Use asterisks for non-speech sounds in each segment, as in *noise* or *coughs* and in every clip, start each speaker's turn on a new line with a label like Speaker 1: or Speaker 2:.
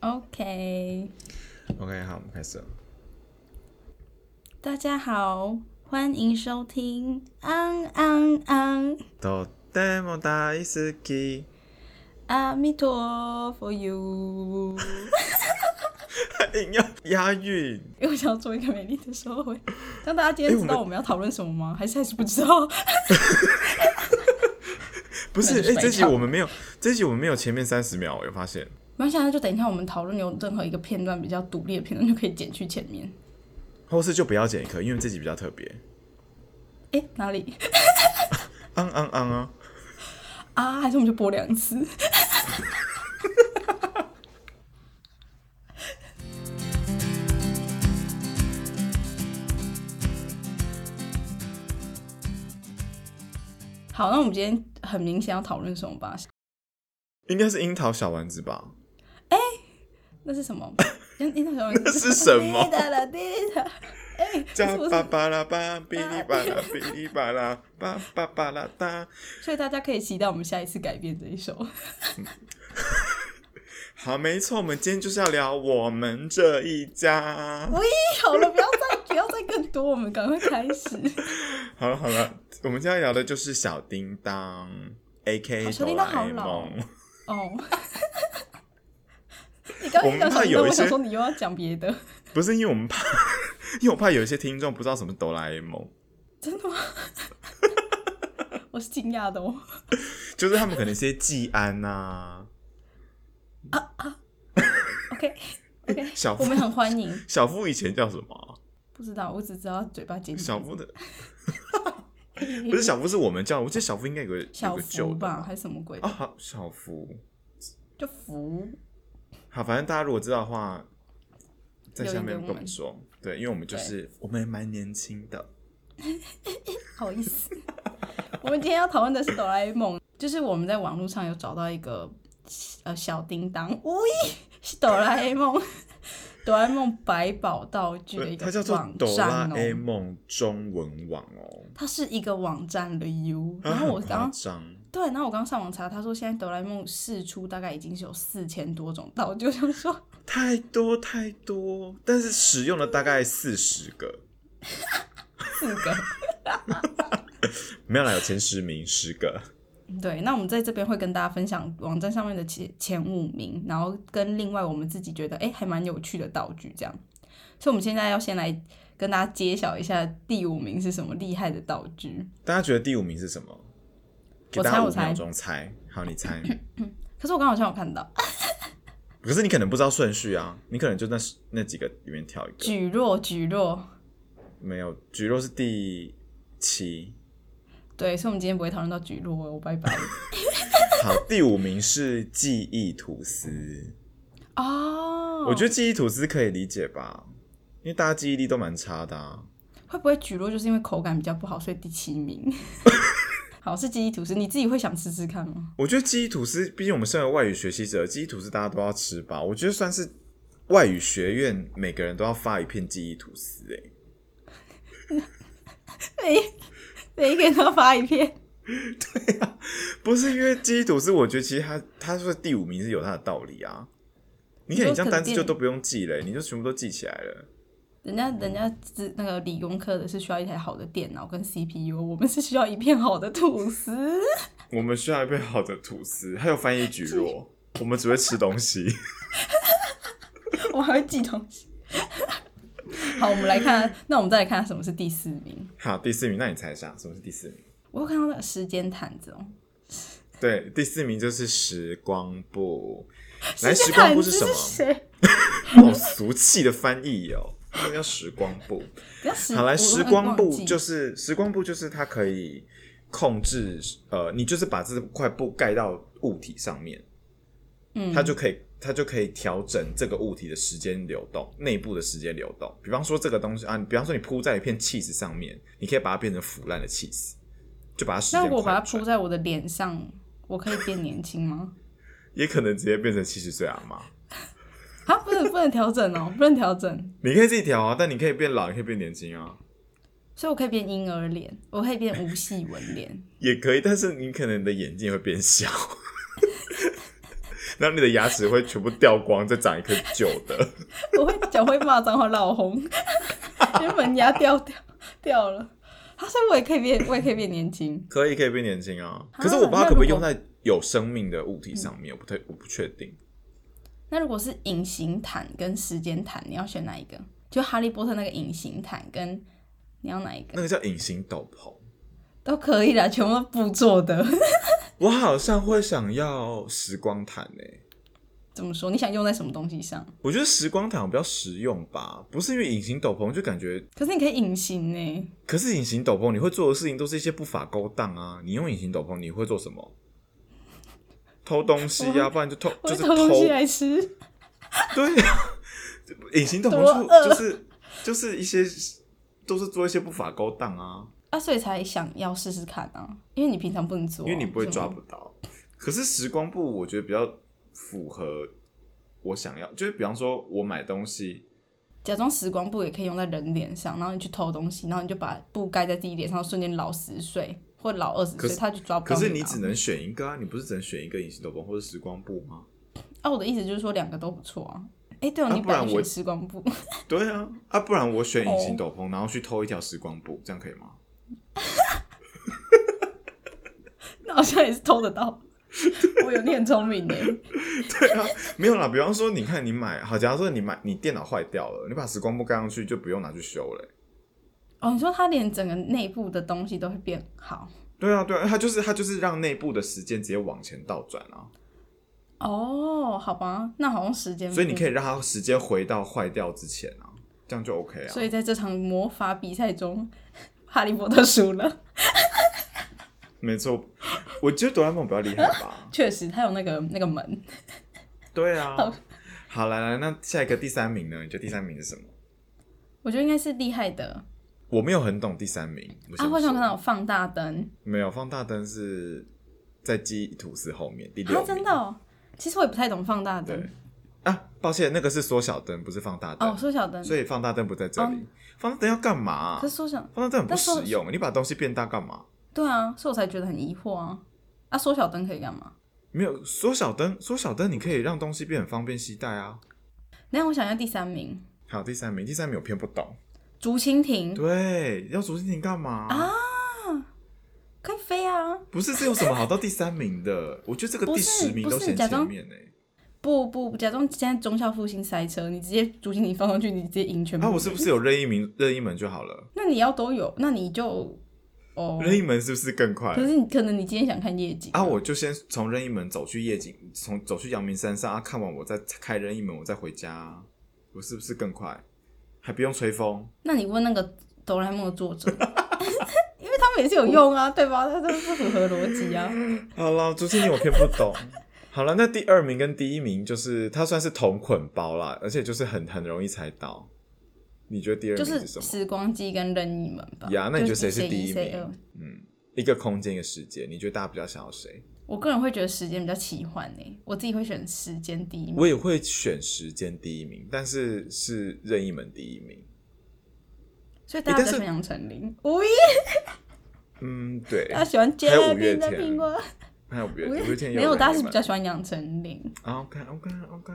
Speaker 1: OK，
Speaker 2: OK，好，我们开始了。
Speaker 1: 大家好，欢迎收听安安安
Speaker 2: とても大好 *laughs* き。
Speaker 1: 阿弥陀佛 you。 *laughs*
Speaker 2: 哎硬要押韵，
Speaker 1: 因为我想要做一个美丽的收尾，让大家今天
Speaker 2: 哎我
Speaker 1: 知
Speaker 2: 们
Speaker 1: 道我们要讨论什么吗？还是还是不知道？ *laughs*
Speaker 2: 不是？
Speaker 1: 那就是
Speaker 2: 哎、
Speaker 1: 白
Speaker 2: 这集
Speaker 1: 唱
Speaker 2: 我们没有，这集我们没有前面三十秒，我有发现。
Speaker 1: 没关系啊，那就等一下我们讨论有任何一个片段比较独立的片段，就可以剪去前面。
Speaker 2: 后世就不要剪一颗，因为这集比较特别。
Speaker 1: 哎、哪里
Speaker 2: 昂昂昂啊！
Speaker 1: 啊？还是我们就播两次？ *laughs* 好，那我们今天很明显要讨论什么吧？
Speaker 2: 应该是樱桃小丸子吧？
Speaker 1: 那是什
Speaker 2: *laughs*
Speaker 1: 么？那那什么？ *laughs*
Speaker 2: 那是什么
Speaker 1: 滴答啦滴答哎，这
Speaker 2: 加
Speaker 1: 是我
Speaker 2: 巴
Speaker 1: 是，
Speaker 2: 巴拉巴，哔哩吧啦，哔哩吧啦，巴巴巴拉哒。
Speaker 1: 所以大家可以期待我们下一次改变这一
Speaker 2: *laughs*
Speaker 1: 首。
Speaker 2: 好，没错，我们今天就是要聊我们这一家。
Speaker 1: 喂， *laughs* 好了，不要再不要再更多，我们赶快开始。
Speaker 2: 好了好了，我们今天要聊的就是小叮当，A K
Speaker 1: 好哦小
Speaker 2: 哆
Speaker 1: 叮当
Speaker 2: 啦
Speaker 1: 好
Speaker 2: A
Speaker 1: 老
Speaker 2: 梦。
Speaker 1: 哦， *laughs* 你刚刚讲
Speaker 2: 我们怕
Speaker 1: 小叮当，
Speaker 2: 有一
Speaker 1: 我
Speaker 2: 些
Speaker 1: 想说你又要讲别的， *laughs*
Speaker 2: 不是因为我们怕， *laughs* 因为我怕有一些听众不知道什么哆啦 A 梦，
Speaker 1: 真的吗？ *laughs* 我是惊讶的哦。
Speaker 2: 就是他们可能一些季安啊呐、
Speaker 1: OK OK，
Speaker 2: 小
Speaker 1: 我们很欢迎。
Speaker 2: 小夫以前叫什么啊？
Speaker 1: 不知道，我只知道嘴巴尖。
Speaker 2: 小夫的 *laughs* 不是小夫，是我们叫，我记得小夫应该有个有
Speaker 1: 小
Speaker 2: 个旧
Speaker 1: 福
Speaker 2: 的
Speaker 1: 吧，
Speaker 2: 嘛
Speaker 1: 还是什么鬼
Speaker 2: 啊，
Speaker 1: 的？
Speaker 2: 好小夫，
Speaker 1: 就福。
Speaker 2: 好，反正大家如果知道的话，在
Speaker 1: 留言
Speaker 2: 下
Speaker 1: 给
Speaker 2: 面
Speaker 1: 我
Speaker 2: 跟我们
Speaker 1: 们
Speaker 2: 说，对，因为我们就是我们也蛮年轻的，
Speaker 1: 好意思。 *laughs* 我们今天要讨论的是哆啦 A 梦，就是我们在网络上有找到一个呃小叮当，喂，是哆啦 A 梦， *laughs* 哆啦 A 梦百宝道具的一个
Speaker 2: 它叫做
Speaker 1: 网
Speaker 2: 哆啦
Speaker 1: 站
Speaker 2: A
Speaker 1: 哦，
Speaker 2: 梦中文网哦，
Speaker 1: 它是一个网站的 U。
Speaker 2: 它
Speaker 1: 然后
Speaker 2: *laughs* 很
Speaker 1: 我
Speaker 2: 夸
Speaker 1: 刚
Speaker 2: 张，
Speaker 1: 对，然后我刚上网查，他说现在哆啦 A 梦试出大概已经是有四千多种道具，我想说
Speaker 2: 太多太多，但是使用了大概四十个，
Speaker 1: 四个。
Speaker 2: 没有啦，有前十名十个，
Speaker 1: 对，那我们在这边会跟大家分享网站上面的前前五名，然后跟另外我们自己觉得哎、诶还蛮有趣的道具这样。所以我们现在要先来跟大家揭晓一下第五名是什么厉害的道具。
Speaker 2: 大家觉得第五名是什么？给
Speaker 1: 我
Speaker 2: 大
Speaker 1: 猜
Speaker 2: 家
Speaker 1: 我
Speaker 2: 五秒
Speaker 1: 猜
Speaker 2: 钟猜，好，你猜。
Speaker 1: 可是我刚好像有看到
Speaker 2: 可是你可能不知道顺序啊，你可能就那十那几个里面挑一个。
Speaker 1: 举弱举弱，
Speaker 2: 没有，菊若是第七。
Speaker 1: 对，所以我们今天不会讨论到举弱哦，拜拜。
Speaker 2: 好，第五名是记忆吐司。
Speaker 1: 哦，
Speaker 2: 我觉得记忆吐司可以理解吧，因为大家记忆力都蛮差的啊。
Speaker 1: 会不会举弱就是因为口感比较不好，所以第七 *laughs* 名？好，是记忆吐司，你自己会想吃吃看吗？
Speaker 2: 我觉得记忆吐司，毕竟我们身为外语学习者，记忆吐司大家都要吃吧。我觉得算是外语学院每个人都要发一片记忆吐司、欸，
Speaker 1: 每每一个人都发一片。
Speaker 2: 不是因为记忆吐司，我觉得其实它它说第五名是有它的道理啊。你看你这样单词就都不用记了、你就全部都记起来了。
Speaker 1: 人家人家只那个理工科的是需要一台好的电脑跟 CPU，我们是需要一片好的吐司。
Speaker 2: 我们需要一杯好的吐司，还有翻译菊若，我们只会吃东
Speaker 1: *laughs*
Speaker 2: 西。*laughs*
Speaker 1: 我还会记东西。 *laughs* 好，我们来看，那我们再来看什么是第四名。
Speaker 2: 好，第四名，那你猜一下什么是第四名？
Speaker 1: 我有看到那个时间毯子哦，
Speaker 2: 对，第四名就是时光布。来，
Speaker 1: 间
Speaker 2: 时光
Speaker 1: 毯
Speaker 2: 布
Speaker 1: 子是
Speaker 2: 是什么？
Speaker 1: 谁？
Speaker 2: *laughs* 好俗气的翻译哦，他们叫时光布。
Speaker 1: 不要时
Speaker 2: 好，来，
Speaker 1: 我
Speaker 2: 时
Speaker 1: 很
Speaker 2: 光
Speaker 1: 忘
Speaker 2: 布
Speaker 1: 记
Speaker 2: 就是时光布，就是它可以控制，呃，你就是把这块布盖到物体上面，
Speaker 1: 嗯
Speaker 2: 它就可以，它就可以调整这个物体的时间流动，内部的时间流动。比方说这个东西啊，你比方说你铺在一片 cheese 上面，你可以把它变成腐烂的 cheese，就把它时
Speaker 1: 那
Speaker 2: 间
Speaker 1: 如果我把它
Speaker 2: 快
Speaker 1: 铺
Speaker 2: 转，
Speaker 1: 在我的脸上，我可以变年轻吗？
Speaker 2: 也可能直接变成七十岁阿妈。
Speaker 1: *laughs* 啊，不能不能调整哦，不能调整，
Speaker 2: 你可以自己调啊，但你可以变老，也可以变年轻啊，
Speaker 1: 所以我可以变婴儿脸，我可以变无细纹脸。
Speaker 2: 也可以，但是你可能你的眼睛会变小。 *laughs* 然后你的牙齿会全部掉光，再长一颗旧的。
Speaker 1: 我会讲会骂脏话，老红，原本牙掉掉掉了。他说我也可以变，我也可以变年轻。
Speaker 2: 可以可以变年轻啊，
Speaker 1: 啊
Speaker 2: *laughs* 可是我不知道可不可以
Speaker 1: 那如
Speaker 2: 用
Speaker 1: 果
Speaker 2: 在有生命的物体上面，我不太我不确定。
Speaker 1: 那如果是隐形毯跟时间毯，你要选哪一个？就哈利波特那个隐形毯跟你要哪一个
Speaker 2: 那个叫隐形斗篷，
Speaker 1: 都可以啦，全部都布做的。 *laughs*
Speaker 2: 我好像会想要时光毯诶、
Speaker 1: 怎么说？你想用在什么东西上？
Speaker 2: 我觉得时光毯比较实用吧，不是因为隐形斗篷就感觉，
Speaker 1: 可是你可以隐形呢、
Speaker 2: 可是隐形斗篷你会做的事情都是一些不法勾当啊。你用隐形斗篷你会做什么？偷东西呀、不然就偷
Speaker 1: 我
Speaker 2: 就
Speaker 1: 会
Speaker 2: 是
Speaker 1: 偷
Speaker 2: 偷，
Speaker 1: 东西啊来吃。
Speaker 2: 对呀、 *laughs* 隐形斗
Speaker 1: 多
Speaker 2: 篷
Speaker 1: 饿
Speaker 2: 就就是就是一些都是做一些不法勾当啊。
Speaker 1: 啊，所以才想要试试看啊，因为你平常不能做、
Speaker 2: 因
Speaker 1: 啊，
Speaker 2: 为你不会
Speaker 1: 是吗
Speaker 2: 抓不到。可是时光布，我觉得比较符合我想要，就是比方说我买东西，
Speaker 1: 假装时光布也可以用在人脸上，然后你去偷东西，然后你就把布盖在自己脸上，瞬间老十岁或老二十
Speaker 2: 可
Speaker 1: 岁，
Speaker 2: 是
Speaker 1: 他就抓不
Speaker 2: 可
Speaker 1: 到
Speaker 2: 是
Speaker 1: 你
Speaker 2: 你
Speaker 1: 啊
Speaker 2: 只能选一个啊，你不是只能选一个隐形斗篷或者时光布吗？
Speaker 1: 啊，我的意思就是说两个都不错啊。哎、对哦，
Speaker 2: 啊
Speaker 1: 你
Speaker 2: 不
Speaker 1: 本
Speaker 2: 然
Speaker 1: 来
Speaker 2: 我
Speaker 1: 选时光布，
Speaker 2: 对啊，啊，不然我选隐形斗
Speaker 1: 哦
Speaker 2: 篷，然后去偷一条时光布，这样可以吗？
Speaker 1: 那好像也是偷得到。 *laughs* 我有你很 *laughs* 聪明呢，
Speaker 2: 对啊，没有啦。比方说，你看你买，好，假如说你买你电脑坏掉了，你把时光布盖上去就不用拿去修了欸、
Speaker 1: 哦，你说他连整个内部的东西都会变好
Speaker 2: 对啊，对啊，它就是它就是让内部的时间直接往前倒转啊，
Speaker 1: 嗯哦，好吧，那好像时间，
Speaker 2: 所以你可
Speaker 1: 以，
Speaker 2: 以让它时间回到坏掉之前啊，这样就 OK 啊。
Speaker 1: 所以在这场魔法比赛中，哈利波特输了，。
Speaker 2: 没错，我觉得哆啦 A 梦比较厉害
Speaker 1: *laughs*
Speaker 2: 吧
Speaker 1: 确实他有那个那个门，
Speaker 2: 对啊，好，来来，那下一个第三名呢？你觉得第三名是什么？
Speaker 1: 我觉得应该是厉害的
Speaker 2: 我没有很懂第三名。我
Speaker 1: 啊，
Speaker 2: 先
Speaker 1: 我
Speaker 2: 说
Speaker 1: 想看到有放大灯，
Speaker 2: 没有放大灯是在记忆吐司后面第
Speaker 1: 啊，
Speaker 2: 六名。
Speaker 1: 真的、哦？其实我也不太懂放大
Speaker 2: 对
Speaker 1: 灯
Speaker 2: 啊，抱歉，那个是缩小灯，不是放大灯。
Speaker 1: 哦，缩小灯。
Speaker 2: 所以放大灯不在这里。
Speaker 1: 哦
Speaker 2: 放大灯要干嘛、啊
Speaker 1: 可是缩小，
Speaker 2: 放大灯很不
Speaker 1: 但缩
Speaker 2: 实用，你把东西变大干嘛？
Speaker 1: 对啊，所以我才觉得很疑惑啊。啊，缩小灯可以干嘛？
Speaker 2: 没有缩小灯，缩小灯你可以让东西变很方便携带啊。
Speaker 1: 那我想要第三名，
Speaker 2: 好，第三名，第三名我偏不懂。
Speaker 1: 竹蜻蜓
Speaker 2: 对，要竹蜻蜓干嘛
Speaker 1: 啊，可以飞啊！
Speaker 2: 不是这有什么好到第三名的？我觉得这个
Speaker 1: 不
Speaker 2: 第
Speaker 1: 是
Speaker 2: 十名都
Speaker 1: 不是
Speaker 2: 嫌
Speaker 1: 假
Speaker 2: 前
Speaker 1: 装
Speaker 2: 面呢、欸
Speaker 1: 不不，假装现在中校复兴塞车，你直接竹蜻蜓放上去，你直接赢全部。
Speaker 2: 啊，我是不是有任意名任意门就好了？
Speaker 1: 那你要都有，那你就哦。
Speaker 2: 任意门是不是更快
Speaker 1: 可？是你可能你今天想看夜景
Speaker 2: 啊，我就先从任意门走去夜景，从走去阳明山上啊，看完我再开任意门，我再回家、啊，我是不是更快？还不用吹风，
Speaker 1: 那你问那个哆啦 A 梦的作者， *laughs* 因为他们也是有用啊，对吧？他这不符合逻辑啊。
Speaker 2: 好了，竹蜻蜓我偏不懂。 *laughs* 好了，那第二名跟第一名就是它算是同捆包啦，而且就是很很容易猜到。你觉得第二
Speaker 1: 就
Speaker 2: 名
Speaker 1: 是
Speaker 2: 什么？
Speaker 1: 时光机跟任意门吧。
Speaker 2: 呀那你觉
Speaker 1: 就
Speaker 2: 得谁
Speaker 1: 是
Speaker 2: 是第
Speaker 1: 一
Speaker 2: 一
Speaker 1: 谁哦二
Speaker 2: 名？嗯，一个空间，一个时间，你觉得大家比较想要谁？
Speaker 1: 我个人会觉得时间比较奇幻呢、我自己会选时间第一名。
Speaker 2: 我也会选时间第一名，但是是任意门第一名。
Speaker 1: 所以大家
Speaker 2: 诶但
Speaker 1: 比较
Speaker 2: 是
Speaker 1: 喜欢杨丞琳，五一啊
Speaker 2: 嗯，对，
Speaker 1: 他喜欢杰
Speaker 2: 还有五月
Speaker 1: 冰的
Speaker 2: 天
Speaker 1: 苹果，
Speaker 2: 还有五月
Speaker 1: 五
Speaker 2: 五月天
Speaker 1: 呃没有，大家是比较
Speaker 2: 较
Speaker 1: 喜欢杨丞琳。
Speaker 2: OK OK OK。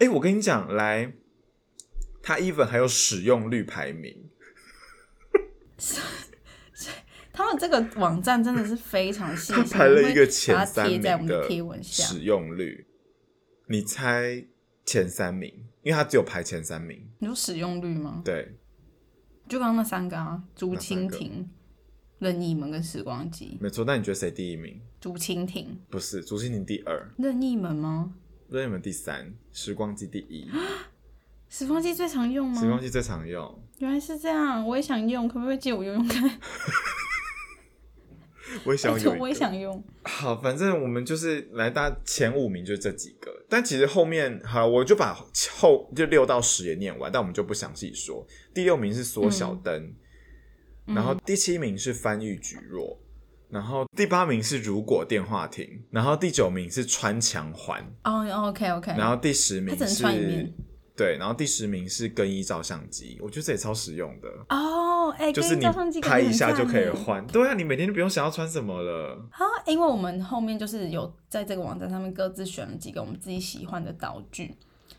Speaker 2: 哎、我跟你讲，来，他 even 还有使用率排名，
Speaker 1: 他们这个网站真的是非常细
Speaker 2: 他
Speaker 1: 心，
Speaker 2: 排了一个
Speaker 1: 我
Speaker 2: 前
Speaker 1: 们会把它
Speaker 2: 三
Speaker 1: 贴在我
Speaker 2: 名
Speaker 1: 们的
Speaker 2: 的
Speaker 1: 贴文下。
Speaker 2: 使用率，你猜前三名？因为他只有排前三名，
Speaker 1: 你说使用率吗？
Speaker 2: 对，
Speaker 1: 就刚刚那三个啊，竹
Speaker 2: 哪三
Speaker 1: 蜻
Speaker 2: 个
Speaker 1: 蜓、任意门跟时光机。
Speaker 2: 没错。那你觉得谁第一名？
Speaker 1: 竹蜻蜓、
Speaker 2: 不是竹蜻蜓第二，
Speaker 1: 任意门吗？
Speaker 2: 任意门第三，时光机第
Speaker 1: *gasps*
Speaker 2: 一，
Speaker 1: 时光机最常用吗？
Speaker 2: 时光机最常用。
Speaker 1: 原来是这样，我也想用，可不可以借我用用看？
Speaker 2: 我也想要有一个
Speaker 1: 我也想用。
Speaker 2: 好，反正我们就是来大家前五名就这几个，但其实后面好，我就把后就六到十也念完，但我们就不详细说。第六名是缩小
Speaker 1: 嗯
Speaker 2: 灯，然后第七名是翻译菊若，然后第八名是如果电话亭，然后第九名是穿墙环，
Speaker 1: 哦、o k OK。
Speaker 2: 然后第十名
Speaker 1: 它只能穿一
Speaker 2: 是
Speaker 1: 面。
Speaker 2: 对，然后第十名是更衣照相机，我觉得这也超实用的。
Speaker 1: 哦，哎、
Speaker 2: 就
Speaker 1: 跟
Speaker 2: 是你
Speaker 1: 照相机感
Speaker 2: 拍
Speaker 1: 觉
Speaker 2: 一
Speaker 1: 很
Speaker 2: 下
Speaker 1: 像
Speaker 2: 就可以
Speaker 1: 哎
Speaker 2: 换。对啊，你每天就不用想要穿什么了。
Speaker 1: 好，啊因为我们后面就是有在这个网站上面各自选了几个我们自己喜欢的道具，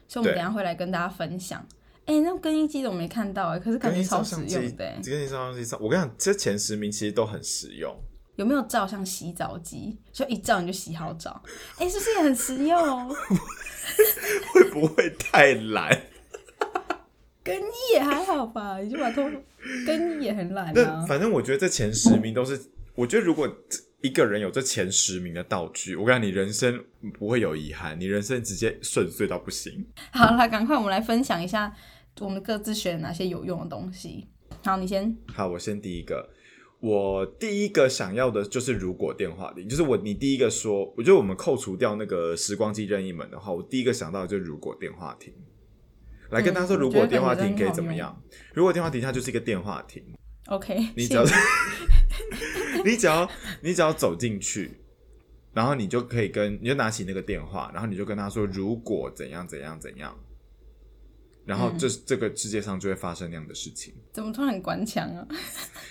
Speaker 1: 所以我们
Speaker 2: 对
Speaker 1: 等一下会来跟大家分享。哎、那更衣机的我没看到哎、可是感觉
Speaker 2: 跟你
Speaker 1: 超
Speaker 2: 照
Speaker 1: 实
Speaker 2: 相机，
Speaker 1: 用的、哎
Speaker 2: 跟你照相机上，我跟你讲，这前十名其实都很实用。
Speaker 1: 有没有照像洗澡机？就一照你就洗好澡，哎、是不是也很实用？ *laughs*
Speaker 2: 会不会太懒？
Speaker 1: 更衣也还好吧，你就把头更衣也很懒
Speaker 2: *laughs* 那
Speaker 1: 啊。
Speaker 2: 反正我觉得这前十名都是，我觉得如果一个人有这前十名的道具，我感觉你人生不会有遗憾，你人生直接顺遂到不行。
Speaker 1: *laughs* 好了，赶快我们来分享一下我们各自选哪些有用的东西。好，你先。
Speaker 2: 好，我先第一个。我第一个想要的就是如果电话铃，就是我你第一个说，我觉得我们扣除掉那个时光机任意门的话，我第一个想到的就是如果电话亭。来跟大家说，
Speaker 1: 嗯
Speaker 2: 如果电话亭
Speaker 1: 我
Speaker 2: 可
Speaker 1: 觉得感觉
Speaker 2: 以怎么样？如果电话亭它就是一个电话亭，
Speaker 1: OK，
Speaker 2: 你只
Speaker 1: *laughs* 谢
Speaker 2: 要
Speaker 1: 谢
Speaker 2: 你只要你只要走进去，然后你就可以跟你就拿起那个电话，然后你就跟他说如果怎样怎样怎样，然
Speaker 1: 嗯
Speaker 2: 后这、这个世界上就会发生那样的事情。
Speaker 1: 怎么突然关腔啊？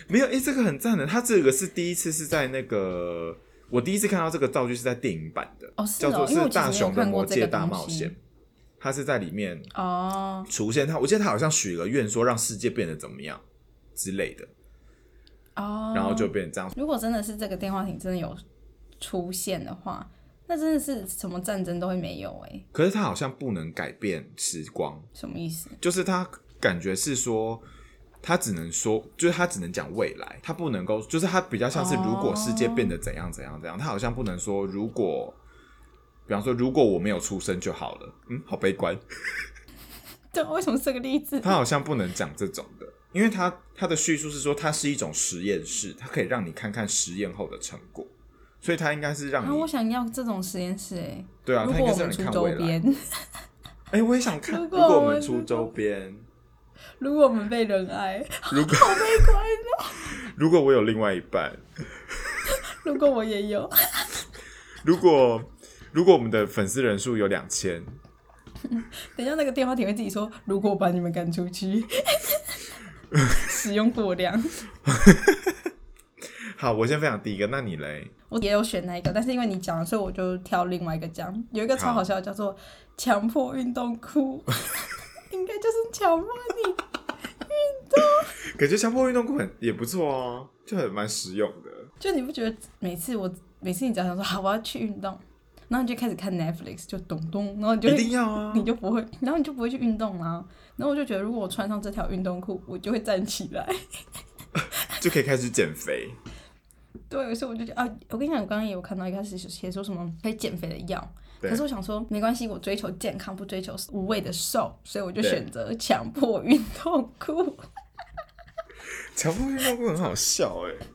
Speaker 2: 没有，诶，这个很赞的。他这个是第一次是在那个我第一次看到这个道具是在电影版的，
Speaker 1: 哦是哦
Speaker 2: 叫做
Speaker 1: 因为我其实
Speaker 2: 是
Speaker 1: 没
Speaker 2: 大
Speaker 1: 有
Speaker 2: 雄的
Speaker 1: 看过
Speaker 2: 魔
Speaker 1: 这
Speaker 2: 界
Speaker 1: 个
Speaker 2: 大
Speaker 1: 东
Speaker 2: 冒
Speaker 1: 西
Speaker 2: 险，他是在里面
Speaker 1: 哦，
Speaker 2: 出现他，我记得他好像许了愿说让世界变得怎么样之类的，
Speaker 1: 哦，
Speaker 2: 然后就变成这样。
Speaker 1: 如果真的是这个电话亭真的有出现的话，那真的是什么战争都会没有哎、
Speaker 2: 可是他好像不能改变时光，
Speaker 1: 什么意思？ *laughs*
Speaker 2: 就是他感觉是说，他只能说，就是他只能讲未来，他不能够，就是他比较像是
Speaker 1: 哦
Speaker 2: 如果世界变得怎样怎样怎样，他好像不能说如果，比方说如果我没有出生就好了，嗯，好悲观，
Speaker 1: 对，为什么是这个例子？
Speaker 2: 他好像不能讲这种的，因为他他的叙述是说，它是一种实验室，它可以让你看看实验后的成果，所以它应该是让
Speaker 1: 啊，我
Speaker 2: 你，
Speaker 1: 想要这种实验室哎、
Speaker 2: 对啊，
Speaker 1: 如
Speaker 2: 它
Speaker 1: 果
Speaker 2: 应该
Speaker 1: 我
Speaker 2: 是让
Speaker 1: 们
Speaker 2: 你
Speaker 1: 出
Speaker 2: 看
Speaker 1: 周
Speaker 2: 未来。
Speaker 1: 边， *laughs*
Speaker 2: 哎、我也想看，
Speaker 1: 如
Speaker 2: 如
Speaker 1: 果
Speaker 2: 果我
Speaker 1: 我
Speaker 2: 们
Speaker 1: 们
Speaker 2: 出
Speaker 1: 出周
Speaker 2: 周边。
Speaker 1: 如果我们被人爱， *laughs*
Speaker 2: 如果 *laughs* 如果我有另外一半，
Speaker 1: 如果我也有，
Speaker 2: 如果如果我们的粉丝人数有两千，
Speaker 1: 等一下那个电话亭会自己说，如果我把你们赶出
Speaker 2: *laughs*
Speaker 1: 去，使用过量。
Speaker 2: 好，我先分享第一个，那你嘞？
Speaker 1: 我也有选那一个，但是因为你讲了，所以我就挑另外一个讲。有一个超好笑的，叫做“强迫运动
Speaker 2: *laughs*
Speaker 1: 裤”，应该就是强迫你
Speaker 2: 感觉强迫运动裤很也不错哦，就很蛮实用的。
Speaker 1: 就你不觉得每次我每次你只要想说好我要去运动，然后你就开始看 Netflix 就咚咚，然后你就
Speaker 2: 一
Speaker 1: 会
Speaker 2: 定要啊
Speaker 1: 你！就不会，然后你就不会去运动啦、然后我就觉得如果我穿上这条运动裤，我就会站起来。
Speaker 2: 就可以开始减肥。
Speaker 1: 对，所以我就觉得啊，我跟你讲，我刚刚也有看到一开始写说什么可以减肥的药。
Speaker 2: 对
Speaker 1: 可是我想说，没关系，我追求健康，不追求无谓的瘦，所以我就
Speaker 2: 对
Speaker 1: 选择强迫运动裤。 *laughs*
Speaker 2: 强迫运动裤很好笑哎、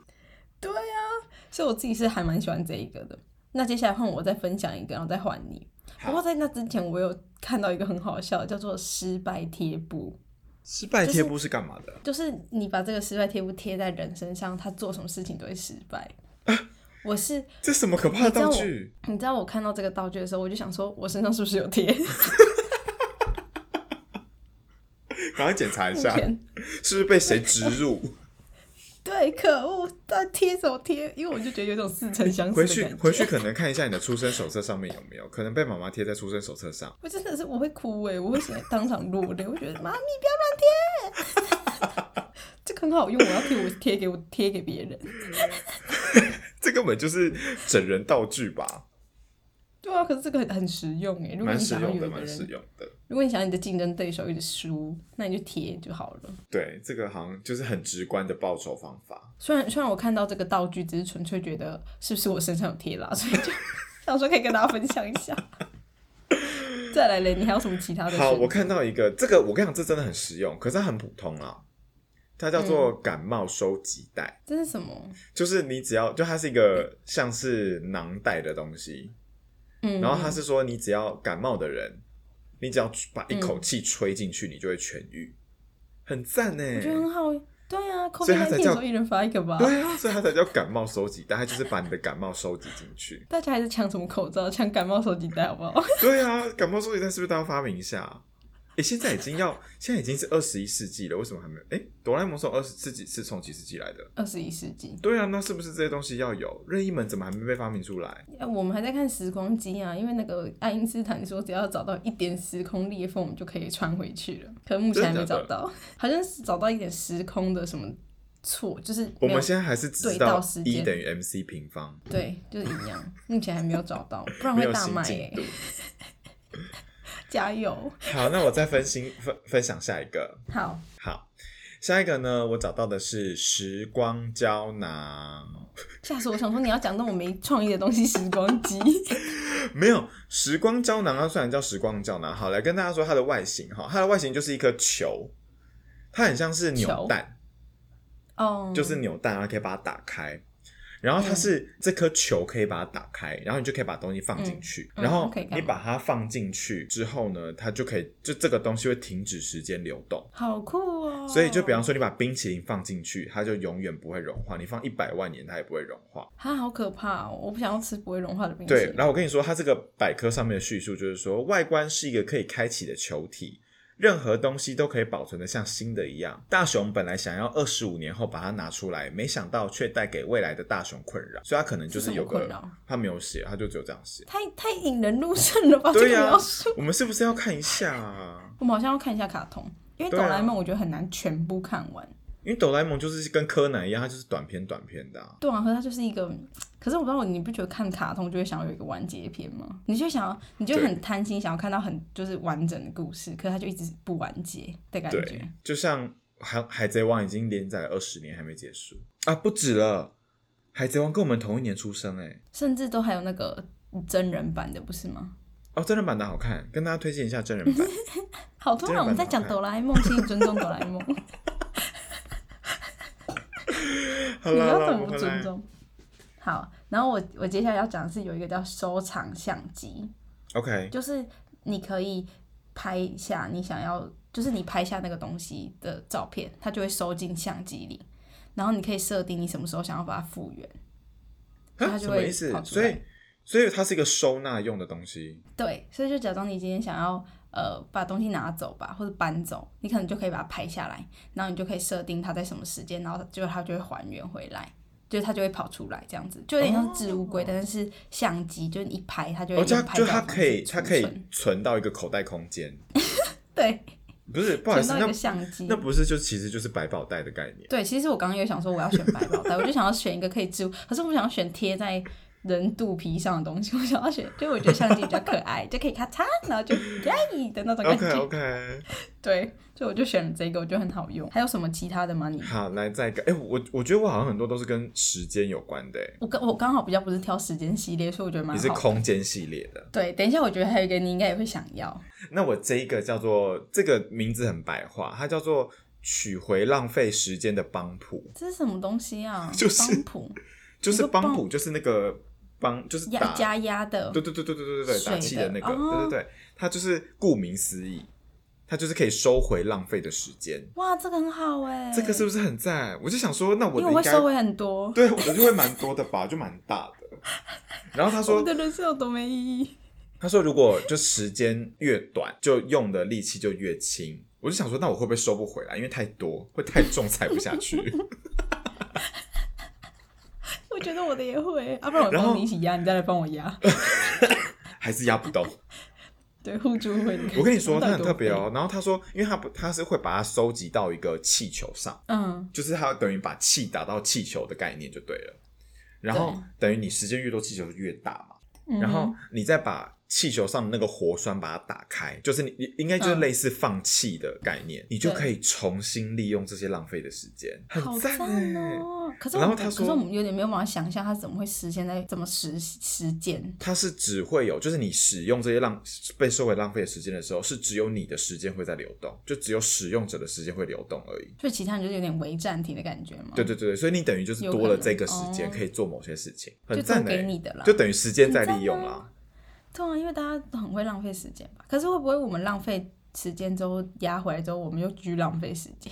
Speaker 1: 对啊，所以我自己是还蛮喜欢这一个的。那接下来换我再分享一个，然后再换你。
Speaker 2: 好
Speaker 1: 不过在那之前，我有看到一个很好笑的，叫做失败贴布，
Speaker 2: 失败贴布是干嘛的？
Speaker 1: 就是你把这个失败贴布贴在人身上，他做什么事情都会失败。我是
Speaker 2: 这什么可怕的啊道
Speaker 1: 你
Speaker 2: 具？
Speaker 1: 你知道我看到这个道具的时候，我就想说，我身上是不是有贴？
Speaker 2: 赶快检查一下，
Speaker 1: 天
Speaker 2: 是不是被谁植
Speaker 1: *laughs*
Speaker 2: 入？
Speaker 1: 对，可恶，到底贴什么贴？因为我就觉得有种似曾相识
Speaker 2: 回
Speaker 1: 的
Speaker 2: 去
Speaker 1: 感觉。
Speaker 2: 回去可能看一下你的出生手册上面有没有，可能被妈妈贴在出生手册上。
Speaker 1: 我真的是我会哭哎、我会想当场落泪，我觉得妈咪不要乱贴， *laughs* 这个很好用，我要贴我贴给我贴给别人。
Speaker 2: 这根本就是整人道具吧，
Speaker 1: 对啊，可是这个很很实用哎、如果
Speaker 2: 蛮
Speaker 1: 你
Speaker 2: 实
Speaker 1: 想要
Speaker 2: 用的，
Speaker 1: 有一个
Speaker 2: 蛮实
Speaker 1: 人，
Speaker 2: 用的。
Speaker 1: 如果你想要你的竞争对手一直输，那你就贴就好了。
Speaker 2: 对，这个好像就是很直观的报仇方法。
Speaker 1: 虽然虽然我看到这个道具，只是纯粹觉得是不是我身上有贴啦，所以就 *laughs* 想说可以跟大家分享一下。 *laughs* 再来嘞，你还有什么其他的选择？
Speaker 2: 好，我看到一个，这个我跟你讲，这真的很实用，可是它很普通啊。它叫做
Speaker 1: 嗯
Speaker 2: 感冒收集袋，
Speaker 1: 这是什么？
Speaker 2: 就是你只要就它是一个像是囊袋的东西，
Speaker 1: 嗯，
Speaker 2: 然后它是说你只要感冒的人，你只要把
Speaker 1: 嗯
Speaker 2: 一口气吹进去，你就会痊愈，很赞呢。
Speaker 1: 我觉得很好，对啊
Speaker 2: 哎所以它
Speaker 1: ，COVID
Speaker 2: 才
Speaker 1: nineteen
Speaker 2: 叫
Speaker 1: 候一人发一个吧。
Speaker 2: 对啊，所以它才叫感冒收集袋，它就是把你的感冒收集进去。
Speaker 1: 大家
Speaker 2: *laughs*
Speaker 1: 还是抢什么口罩，抢感冒手机袋好不好？ *laughs*
Speaker 2: 对啊，感冒收集袋是不是都要发明一下？诶，现在已经要， *laughs* 现在已经是二十一世纪了，为什么还没有？诶，哆啦 A 梦从二十世纪是从几世纪来的？
Speaker 1: 二十一世纪，
Speaker 2: 对啊，那是不是这些东西要有？任意门怎么还没被发明出来？
Speaker 1: 哎我们还在看时空机啊，因为那个爱因斯坦说，只要找到一点时空裂缝，我们就可以穿回去了。可目前还没
Speaker 2: 真的假
Speaker 1: 找
Speaker 2: 的
Speaker 1: 到，好像是找到一点时空的什么错，就是没有
Speaker 2: 我们现在还是只知
Speaker 1: 对到
Speaker 2: 道
Speaker 1: 时
Speaker 2: 一
Speaker 1: 间
Speaker 2: 等于 mc 平方，
Speaker 1: 对，就是一样，目前还没有找到，不然
Speaker 2: 没
Speaker 1: 会
Speaker 2: 有
Speaker 1: 大
Speaker 2: 新
Speaker 1: 卖
Speaker 2: 进
Speaker 1: 哎、
Speaker 2: 度。
Speaker 1: *laughs* 加油！
Speaker 2: 好，那我再分心分分享下一个。
Speaker 1: 好，
Speaker 2: 好，下一个呢，我找到的是时光胶囊， *gasps*
Speaker 1: 吓死我！想说你要讲那种没创意的东西，时光机。 *laughs*
Speaker 2: 没有时光胶囊，它虽然叫时光胶囊，好来跟大家说它的外形哈，它的外形就是一颗球，它很像是扭
Speaker 1: 球
Speaker 2: 蛋，
Speaker 1: 哦，
Speaker 2: 就是扭蛋，然后可以把它打开。然
Speaker 1: 嗯
Speaker 2: 后它是这颗球可以把它打开，然后你就可以把东西放进去，
Speaker 1: 嗯嗯
Speaker 2: 然后
Speaker 1: 可以干嘛
Speaker 2: 你把它放进去之后呢，它就可以就这个东西会停止时间流动。
Speaker 1: 好酷哦。
Speaker 2: 所以就比方说，你把冰淇淋放进去，它就永远不会融化；你放一百万年，它也不会融化。
Speaker 1: 它好可怕哦！我不想要吃不会融化的冰淇淋。
Speaker 2: 对，然后我跟你说，它这个百科上面的叙述就是说，外观是一个可以开启的球体，任何东西都可以保存的像新的一样。大雄本来想要二十五年后把它拿出来，没想到却带给未来的大雄困扰，所以它可能就是是
Speaker 1: 什么
Speaker 2: 有
Speaker 1: 困
Speaker 2: 个
Speaker 1: 扰。
Speaker 2: 他没有写，他就只有这样写
Speaker 1: 太太引人入胜了吧？这个
Speaker 2: 对啊呀、
Speaker 1: 描述，
Speaker 2: 哦我们是不是要看一下啊？
Speaker 1: 我们好像要看一下卡通，因为
Speaker 2: 对
Speaker 1: 哆
Speaker 2: 啊
Speaker 1: 啦 A 梦我觉得很难全部看完。
Speaker 2: 因为哆啦 A 梦就是跟柯南一样，它就是短篇短篇的、啊。
Speaker 1: 对啊，可是它就是一个，可是我不知道你不觉得看卡通就会想要有一个完结篇吗？你就想要，你就很贪心，想要看到很就是完整的故事，可是它就一直不完结的感
Speaker 2: 对
Speaker 1: 觉。，
Speaker 2: 就像海《海海贼王》已经连载了二十年还没结束啊，不止了，《海贼王》跟我们同一年出生哎、
Speaker 1: 甚至都还有那个真人版的，不是吗？
Speaker 2: 哦，真人版的好看，跟大家推荐一下真人
Speaker 1: *laughs*
Speaker 2: 版。
Speaker 1: 好突然，我们在讲哆啦 A 梦，请你尊重哆啦 A 梦。*laughs*
Speaker 2: 好
Speaker 1: 你
Speaker 2: 啦，好
Speaker 1: 要怎
Speaker 2: 啦我
Speaker 1: 么
Speaker 2: 们
Speaker 1: 不
Speaker 2: 回
Speaker 1: 尊
Speaker 2: 来。
Speaker 1: 重？好，然后我我接下来要讲的是有一个叫收藏相机，
Speaker 2: OK，
Speaker 1: 就是你可以拍下你想要，就是你拍下那个东西的照片，它就会收进相机里，然后你可以设定你什么时候想要把它复原。所以
Speaker 2: 啊
Speaker 1: 它
Speaker 2: 什
Speaker 1: 就
Speaker 2: 么
Speaker 1: 会
Speaker 2: 意思
Speaker 1: 跑？出
Speaker 2: 所
Speaker 1: 来
Speaker 2: 以，所以它是一个收纳用的东西。
Speaker 1: 对，所以就假装你今天想要呃把东西拿走吧，或者搬走，你可能就可以把它拍下来，然后你就可以设定它在什么时间，然后就它就会还原回来，就是它就会跑出来这样子，就有点像置物柜，但是是相机，就是你一拍它就
Speaker 2: 哦，
Speaker 1: 会
Speaker 2: 就
Speaker 1: 用
Speaker 2: 它
Speaker 1: 拍
Speaker 2: 就
Speaker 1: 照
Speaker 2: 它
Speaker 1: 的方
Speaker 2: 可以，
Speaker 1: 式
Speaker 2: 它
Speaker 1: 储
Speaker 2: 可以
Speaker 1: 存
Speaker 2: 存到一个口袋空间。
Speaker 1: 对，
Speaker 2: 不是，不好
Speaker 1: 存
Speaker 2: 意思，
Speaker 1: 到一
Speaker 2: 那
Speaker 1: 个相机
Speaker 2: 那。不是就其实就是百宝袋的概
Speaker 1: *laughs*
Speaker 2: 念。
Speaker 1: 对，其实我刚刚有想说我要选百宝袋，我 *laughs* 就想要选一个可以置物，可是我想要选贴在人肚皮上的东西，我想要选，就我觉得相机比较可爱，就可以咔嚓，然后就耶的那种感
Speaker 2: OK
Speaker 1: 觉。
Speaker 2: OK，
Speaker 1: 对，所以我就选了这个，我觉得很好用。还有什么其他的吗？你
Speaker 2: 好，来再一个。哎、我我觉得我好像很多都是跟时间有关的、欸，
Speaker 1: 我刚我刚好比较不是挑时间系列，所以我觉得蛮
Speaker 2: 你是
Speaker 1: 好。
Speaker 2: 空间系列的。
Speaker 1: 对，等一下，我觉得还有一个你应该也会想要。
Speaker 2: 那我这一个叫做这个名字很白话，它叫做取回浪费时间的帮谱，
Speaker 1: 这是什么东西啊？
Speaker 2: 就是
Speaker 1: 帮谱
Speaker 2: 就是
Speaker 1: 你说帮
Speaker 2: 帮谱，就是那个帮，就是
Speaker 1: 压
Speaker 2: 打，
Speaker 1: 加压的
Speaker 2: 对，对对对对对对对，
Speaker 1: 水
Speaker 2: 打气的
Speaker 1: 的
Speaker 2: 那个，
Speaker 1: 哦
Speaker 2: 对对对，它就是顾名思义，它就是可以收回浪费的时间。
Speaker 1: 哇，这个很好哎、
Speaker 2: 这个是不是很赞？我就想说，那我
Speaker 1: 因
Speaker 2: 的
Speaker 1: 为我
Speaker 2: 应
Speaker 1: 会
Speaker 2: 该
Speaker 1: 收回很多。
Speaker 2: 对我的就会蛮多的吧，就蛮大的。然后他
Speaker 1: 我
Speaker 2: 说
Speaker 1: 们，的人生有多没意义？
Speaker 2: 他说如果就时间越短，就用的力气就越轻。我就想说，那我会不会收不回来？因为太多，会太重，踩不下去。 *laughs*
Speaker 1: 我觉得我的也会，啊，不然我
Speaker 2: 然后
Speaker 1: 帮你一起压，你再来帮我压。
Speaker 2: 还是压不动。
Speaker 1: 对，互助会。
Speaker 2: 我跟
Speaker 1: *laughs*
Speaker 2: 你说，
Speaker 1: 到
Speaker 2: 它
Speaker 1: 底
Speaker 2: 很
Speaker 1: 多
Speaker 2: 特别
Speaker 1: 废。
Speaker 2: 哦。然后他说，因为他不，他是会把它收集到一个气球上，
Speaker 1: 嗯，
Speaker 2: 就是他等于把气打到气球的概念就对了。然后等于你时间越多，气球越大
Speaker 1: 嗯
Speaker 2: 嘛。然后
Speaker 1: 哼
Speaker 2: 你再把气球上的那个活栓把它打开，就是你你应该就是
Speaker 1: 嗯
Speaker 2: 类似放气的概念，你就
Speaker 1: 对
Speaker 2: 可以重新利用这些浪费的时间，
Speaker 1: 好
Speaker 2: 很赞
Speaker 1: 赞
Speaker 2: 欸
Speaker 1: 哦！可是我
Speaker 2: 然后
Speaker 1: 们，
Speaker 2: 他
Speaker 1: 可是
Speaker 2: 说
Speaker 1: 我们有点没有办法想象它怎么会实现在怎么实实践。
Speaker 2: 它是只会有，就是你使用这些浪被收为浪费的时间的时候，是只有你的时间会在流动，就只有使用者的时间会流动而已。
Speaker 1: 所以其他人就是有点微暂停的感觉嘛。
Speaker 2: 对对对，对所以你等于就是
Speaker 1: 有
Speaker 2: 多了
Speaker 1: 可能
Speaker 2: 这个时间
Speaker 1: 哦
Speaker 2: 可以做某些事情，
Speaker 1: 就
Speaker 2: 很
Speaker 1: 多
Speaker 2: 赞的、
Speaker 1: 给你的啦。
Speaker 2: 就等于时间在利用
Speaker 1: 很赞
Speaker 2: 啦。
Speaker 1: 对啊，因为大家都很会浪费时间吧。可是会不会我们浪费时间之后压回来之后，我们又继续浪费时间？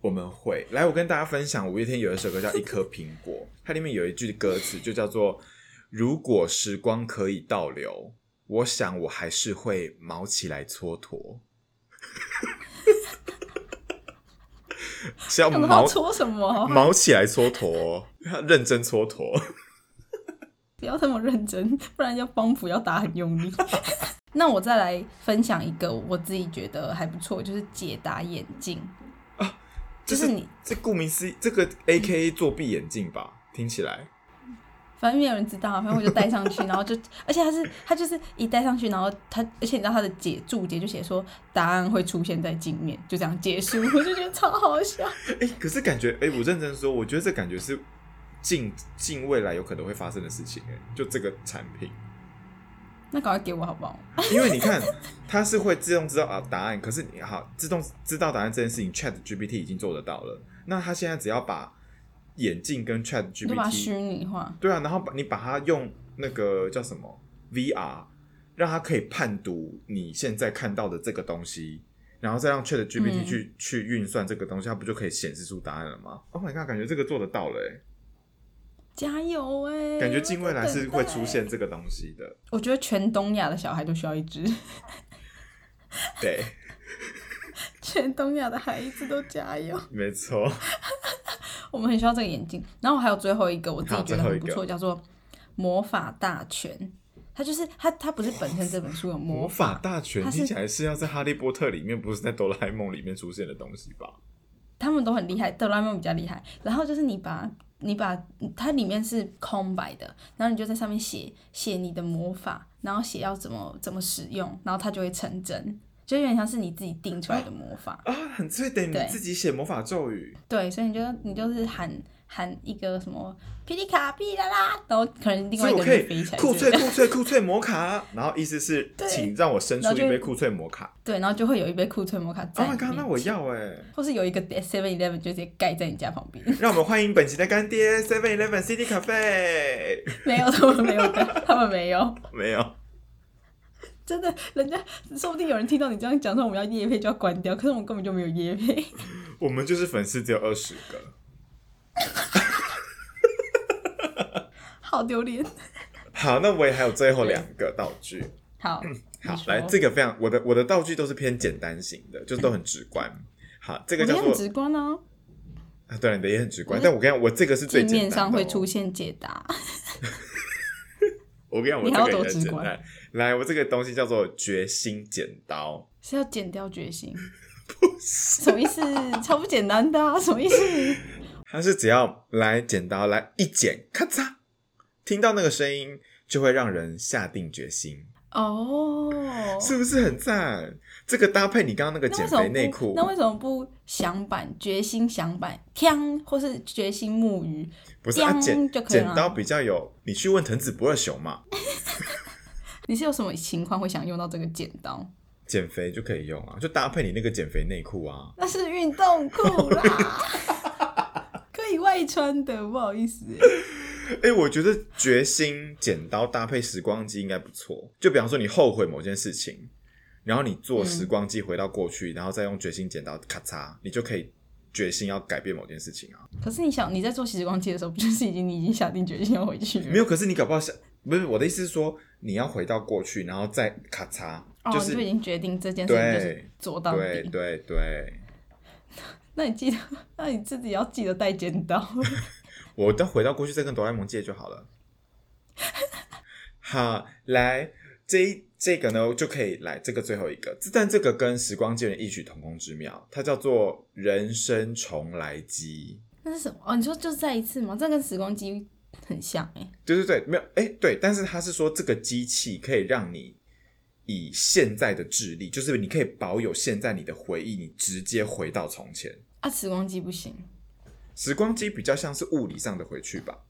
Speaker 2: 我们会来，我跟大家分享五月天有一首歌叫《一颗苹果》，它里面有一句歌词就叫做“如果时
Speaker 1: *laughs*
Speaker 2: 光可以倒流，我想我还是会毛起来蹉跎”。是要
Speaker 1: 想到
Speaker 2: 哦毛
Speaker 1: 搓什
Speaker 2: *laughs*
Speaker 1: 么？
Speaker 2: 毛起来蹉跎，哦要认真蹉跎。
Speaker 1: 不要这么认真，不然要帮谱要打很用
Speaker 2: *laughs*
Speaker 1: 力。那我再来分享一个我自己觉得还不错，就是解答眼镜，就是你
Speaker 2: 这顾名思义，这个 A K A 作弊眼镜吧，听起来
Speaker 1: 反正没有人知道，反正我就戴上去，然后
Speaker 2: *laughs*
Speaker 1: 就，而且它是它就是一戴上去，然后它，而且你知道它的解注解就写说答案会出现在镜面，就这样结束，我就觉得超好笑。
Speaker 2: 哎、可是感觉哎、我认真说，我觉得这感觉是近近未来有可能会发生的事情哎、就这个产品，
Speaker 1: 那赶快给我好不好？
Speaker 2: 因为
Speaker 1: *laughs*
Speaker 2: 你看它是会自动知道啊答案，可是你好自动知道答案这件事情，Chat GPT 已经做得到了，那它现在只要把眼镜跟 Chat
Speaker 1: 你就把它
Speaker 2: GPT
Speaker 1: 虚拟化，
Speaker 2: 对啊，然后把你把它用那个叫什么 VR，让它可以判读你现在看到的这个东西，然后再让 Chat GPT
Speaker 1: 嗯
Speaker 2: 去、去运算这个东西，它不就可以显示出答案了吗？Oh my god，感觉这个做得到了、欸，
Speaker 1: 加油哎、
Speaker 2: 感觉近未来是会出
Speaker 1: 我在等待。
Speaker 2: 现这个东西的。
Speaker 1: 我觉得全东亚的小孩都需要一只， *laughs*
Speaker 2: 对，
Speaker 1: 全东亚的孩子都加油。
Speaker 2: 没 *laughs* 错，
Speaker 1: 我们很需要这个眼镜。然后还有最后一个，我自己
Speaker 2: 好
Speaker 1: 觉得
Speaker 2: 最后一
Speaker 1: 很
Speaker 2: 个
Speaker 1: 不错，叫做《魔法大全》。它就是它，它不是本身这本书有魔
Speaker 2: 魔
Speaker 1: 法，
Speaker 2: 法大全
Speaker 1: 它是
Speaker 2: 听起来是要在《哈利波特》里面，不是在《哆啦 A 梦》里面出现的东西吧？
Speaker 1: 他们都很厉害，哆啦 A 梦比较厉害。然后就是你把你把它里面是空白的，然后你就在上面写写你的魔法，然后写要怎么怎么使用，然后它就会成真，就有点像是你自己定出来的魔法。
Speaker 2: 啊，很脆得你
Speaker 1: 对
Speaker 2: 自己写魔法咒语。
Speaker 1: 对，所以你就你就是喊喊一个什么噼里卡噼啦啦，然后可能另
Speaker 2: 所
Speaker 1: 外
Speaker 2: 以
Speaker 1: 一
Speaker 2: 我
Speaker 1: 个
Speaker 2: 可
Speaker 1: 人就飞
Speaker 2: 以
Speaker 1: 起来之
Speaker 2: 酷
Speaker 1: 类的
Speaker 2: 脆。酷脆酷脆摩卡，然后意思是
Speaker 1: *laughs* 对
Speaker 2: 请让我生出
Speaker 1: 然
Speaker 2: 一
Speaker 1: 后就
Speaker 2: 杯酷脆摩卡。
Speaker 1: 对，然后就会有一杯库存摩卡在
Speaker 2: Oh
Speaker 1: 里
Speaker 2: my
Speaker 1: 面。
Speaker 2: god，那我要哎、
Speaker 1: 或是有一个 Seven Eleven 就直接盖在你家旁边，
Speaker 2: 让我们欢迎本期的干爹 Seven Eleven City Cafe。 *laughs*
Speaker 1: 没有，他们没有的，他们没有，
Speaker 2: 没有，
Speaker 1: 真的，人家说不定有人听到你这样讲说我们要夜配就要关掉，可是我们根本就没有夜配，
Speaker 2: 我们就是粉丝只有二十个。
Speaker 1: 好丢脸。
Speaker 2: 好，那我也还有最后两个道具。
Speaker 1: 好，
Speaker 2: 嗯好
Speaker 1: 你，说
Speaker 2: 来，这个非常我的我的道具都是偏简单型的，就是都很直观。好，这
Speaker 1: 我
Speaker 2: 个
Speaker 1: 觉
Speaker 2: 叫
Speaker 1: 得很
Speaker 2: 做
Speaker 1: 直观啊，
Speaker 2: 啊，对，你的也很直观，
Speaker 1: 我的
Speaker 2: 但我跟你讲，我这个是
Speaker 1: 字
Speaker 2: 最简单的、哦
Speaker 1: 面上会出。现解答，
Speaker 2: 我跟你讲，我
Speaker 1: 你还要
Speaker 2: 这个
Speaker 1: 多
Speaker 2: 也很
Speaker 1: 直
Speaker 2: 简
Speaker 1: 观
Speaker 2: 单。来，我这个东西叫做决心剪刀。
Speaker 1: 是要剪掉决
Speaker 2: *laughs*
Speaker 1: 心，什么意思？超不简单的、啊，什么意思？
Speaker 2: 它是只要来剪刀来一剪，咔嚓，听到那个声音就会让人下定决心，
Speaker 1: 哦、
Speaker 2: 是不是很赞？这个搭配你刚刚那个
Speaker 1: 那为
Speaker 2: 减
Speaker 1: 什么
Speaker 2: 肥
Speaker 1: 不
Speaker 2: 内裤
Speaker 1: 那，为什么不响板决心响板锵，或是决心木鱼？
Speaker 2: 不是啊
Speaker 1: 这样
Speaker 2: 剪
Speaker 1: 就可以了
Speaker 2: 剪刀比较有，你去问藤子不二雄嘛，
Speaker 1: 你是有什么情况会想用到这个剪刀？
Speaker 2: 减肥就可以用啊，就搭配你那个减肥内裤啊。
Speaker 1: 那是运动裤啦， *laughs* 可以外穿的，不好意思欸。
Speaker 2: 哎、我觉得决心剪刀搭配时光机应该不错。就比方说你后悔某件事情，然后你坐时
Speaker 1: 嗯
Speaker 2: 光机回到过去，然后再用决心剪刀咔嚓，你就可以决心要改变某件事情啊。
Speaker 1: 可是你想，你在做时光机的时候，不就是已经你已经下定决心要回去了？
Speaker 2: 没有，可是你搞不好想，不是我的意思是说，你要回到过去，然后再咔嚓，
Speaker 1: 哦，
Speaker 2: 就
Speaker 1: 你
Speaker 2: 是
Speaker 1: 就已经决定这件事情就是做到
Speaker 2: 对
Speaker 1: 底。
Speaker 2: 对对，
Speaker 1: 那你记得，那你自己要记得带剪刀。
Speaker 2: 我到回到过去再跟哆啦 A 梦借就好了。 *laughs* 好，来这一这个呢就可以来这个最后一个，但这个跟时光机有点异曲同工之妙，它叫做人生重来机。
Speaker 1: *laughs* 那是什么？哦，你说就是再一次吗？这跟时光机很像哎、
Speaker 2: 对对对，没有哎、对，但是他是说这个机器可以让你以现在的智力，就是你可以保有现在你的回忆，你直接回到从前。
Speaker 1: 啊，时光机不行。
Speaker 2: 时光机比较像是物理上的回去吧。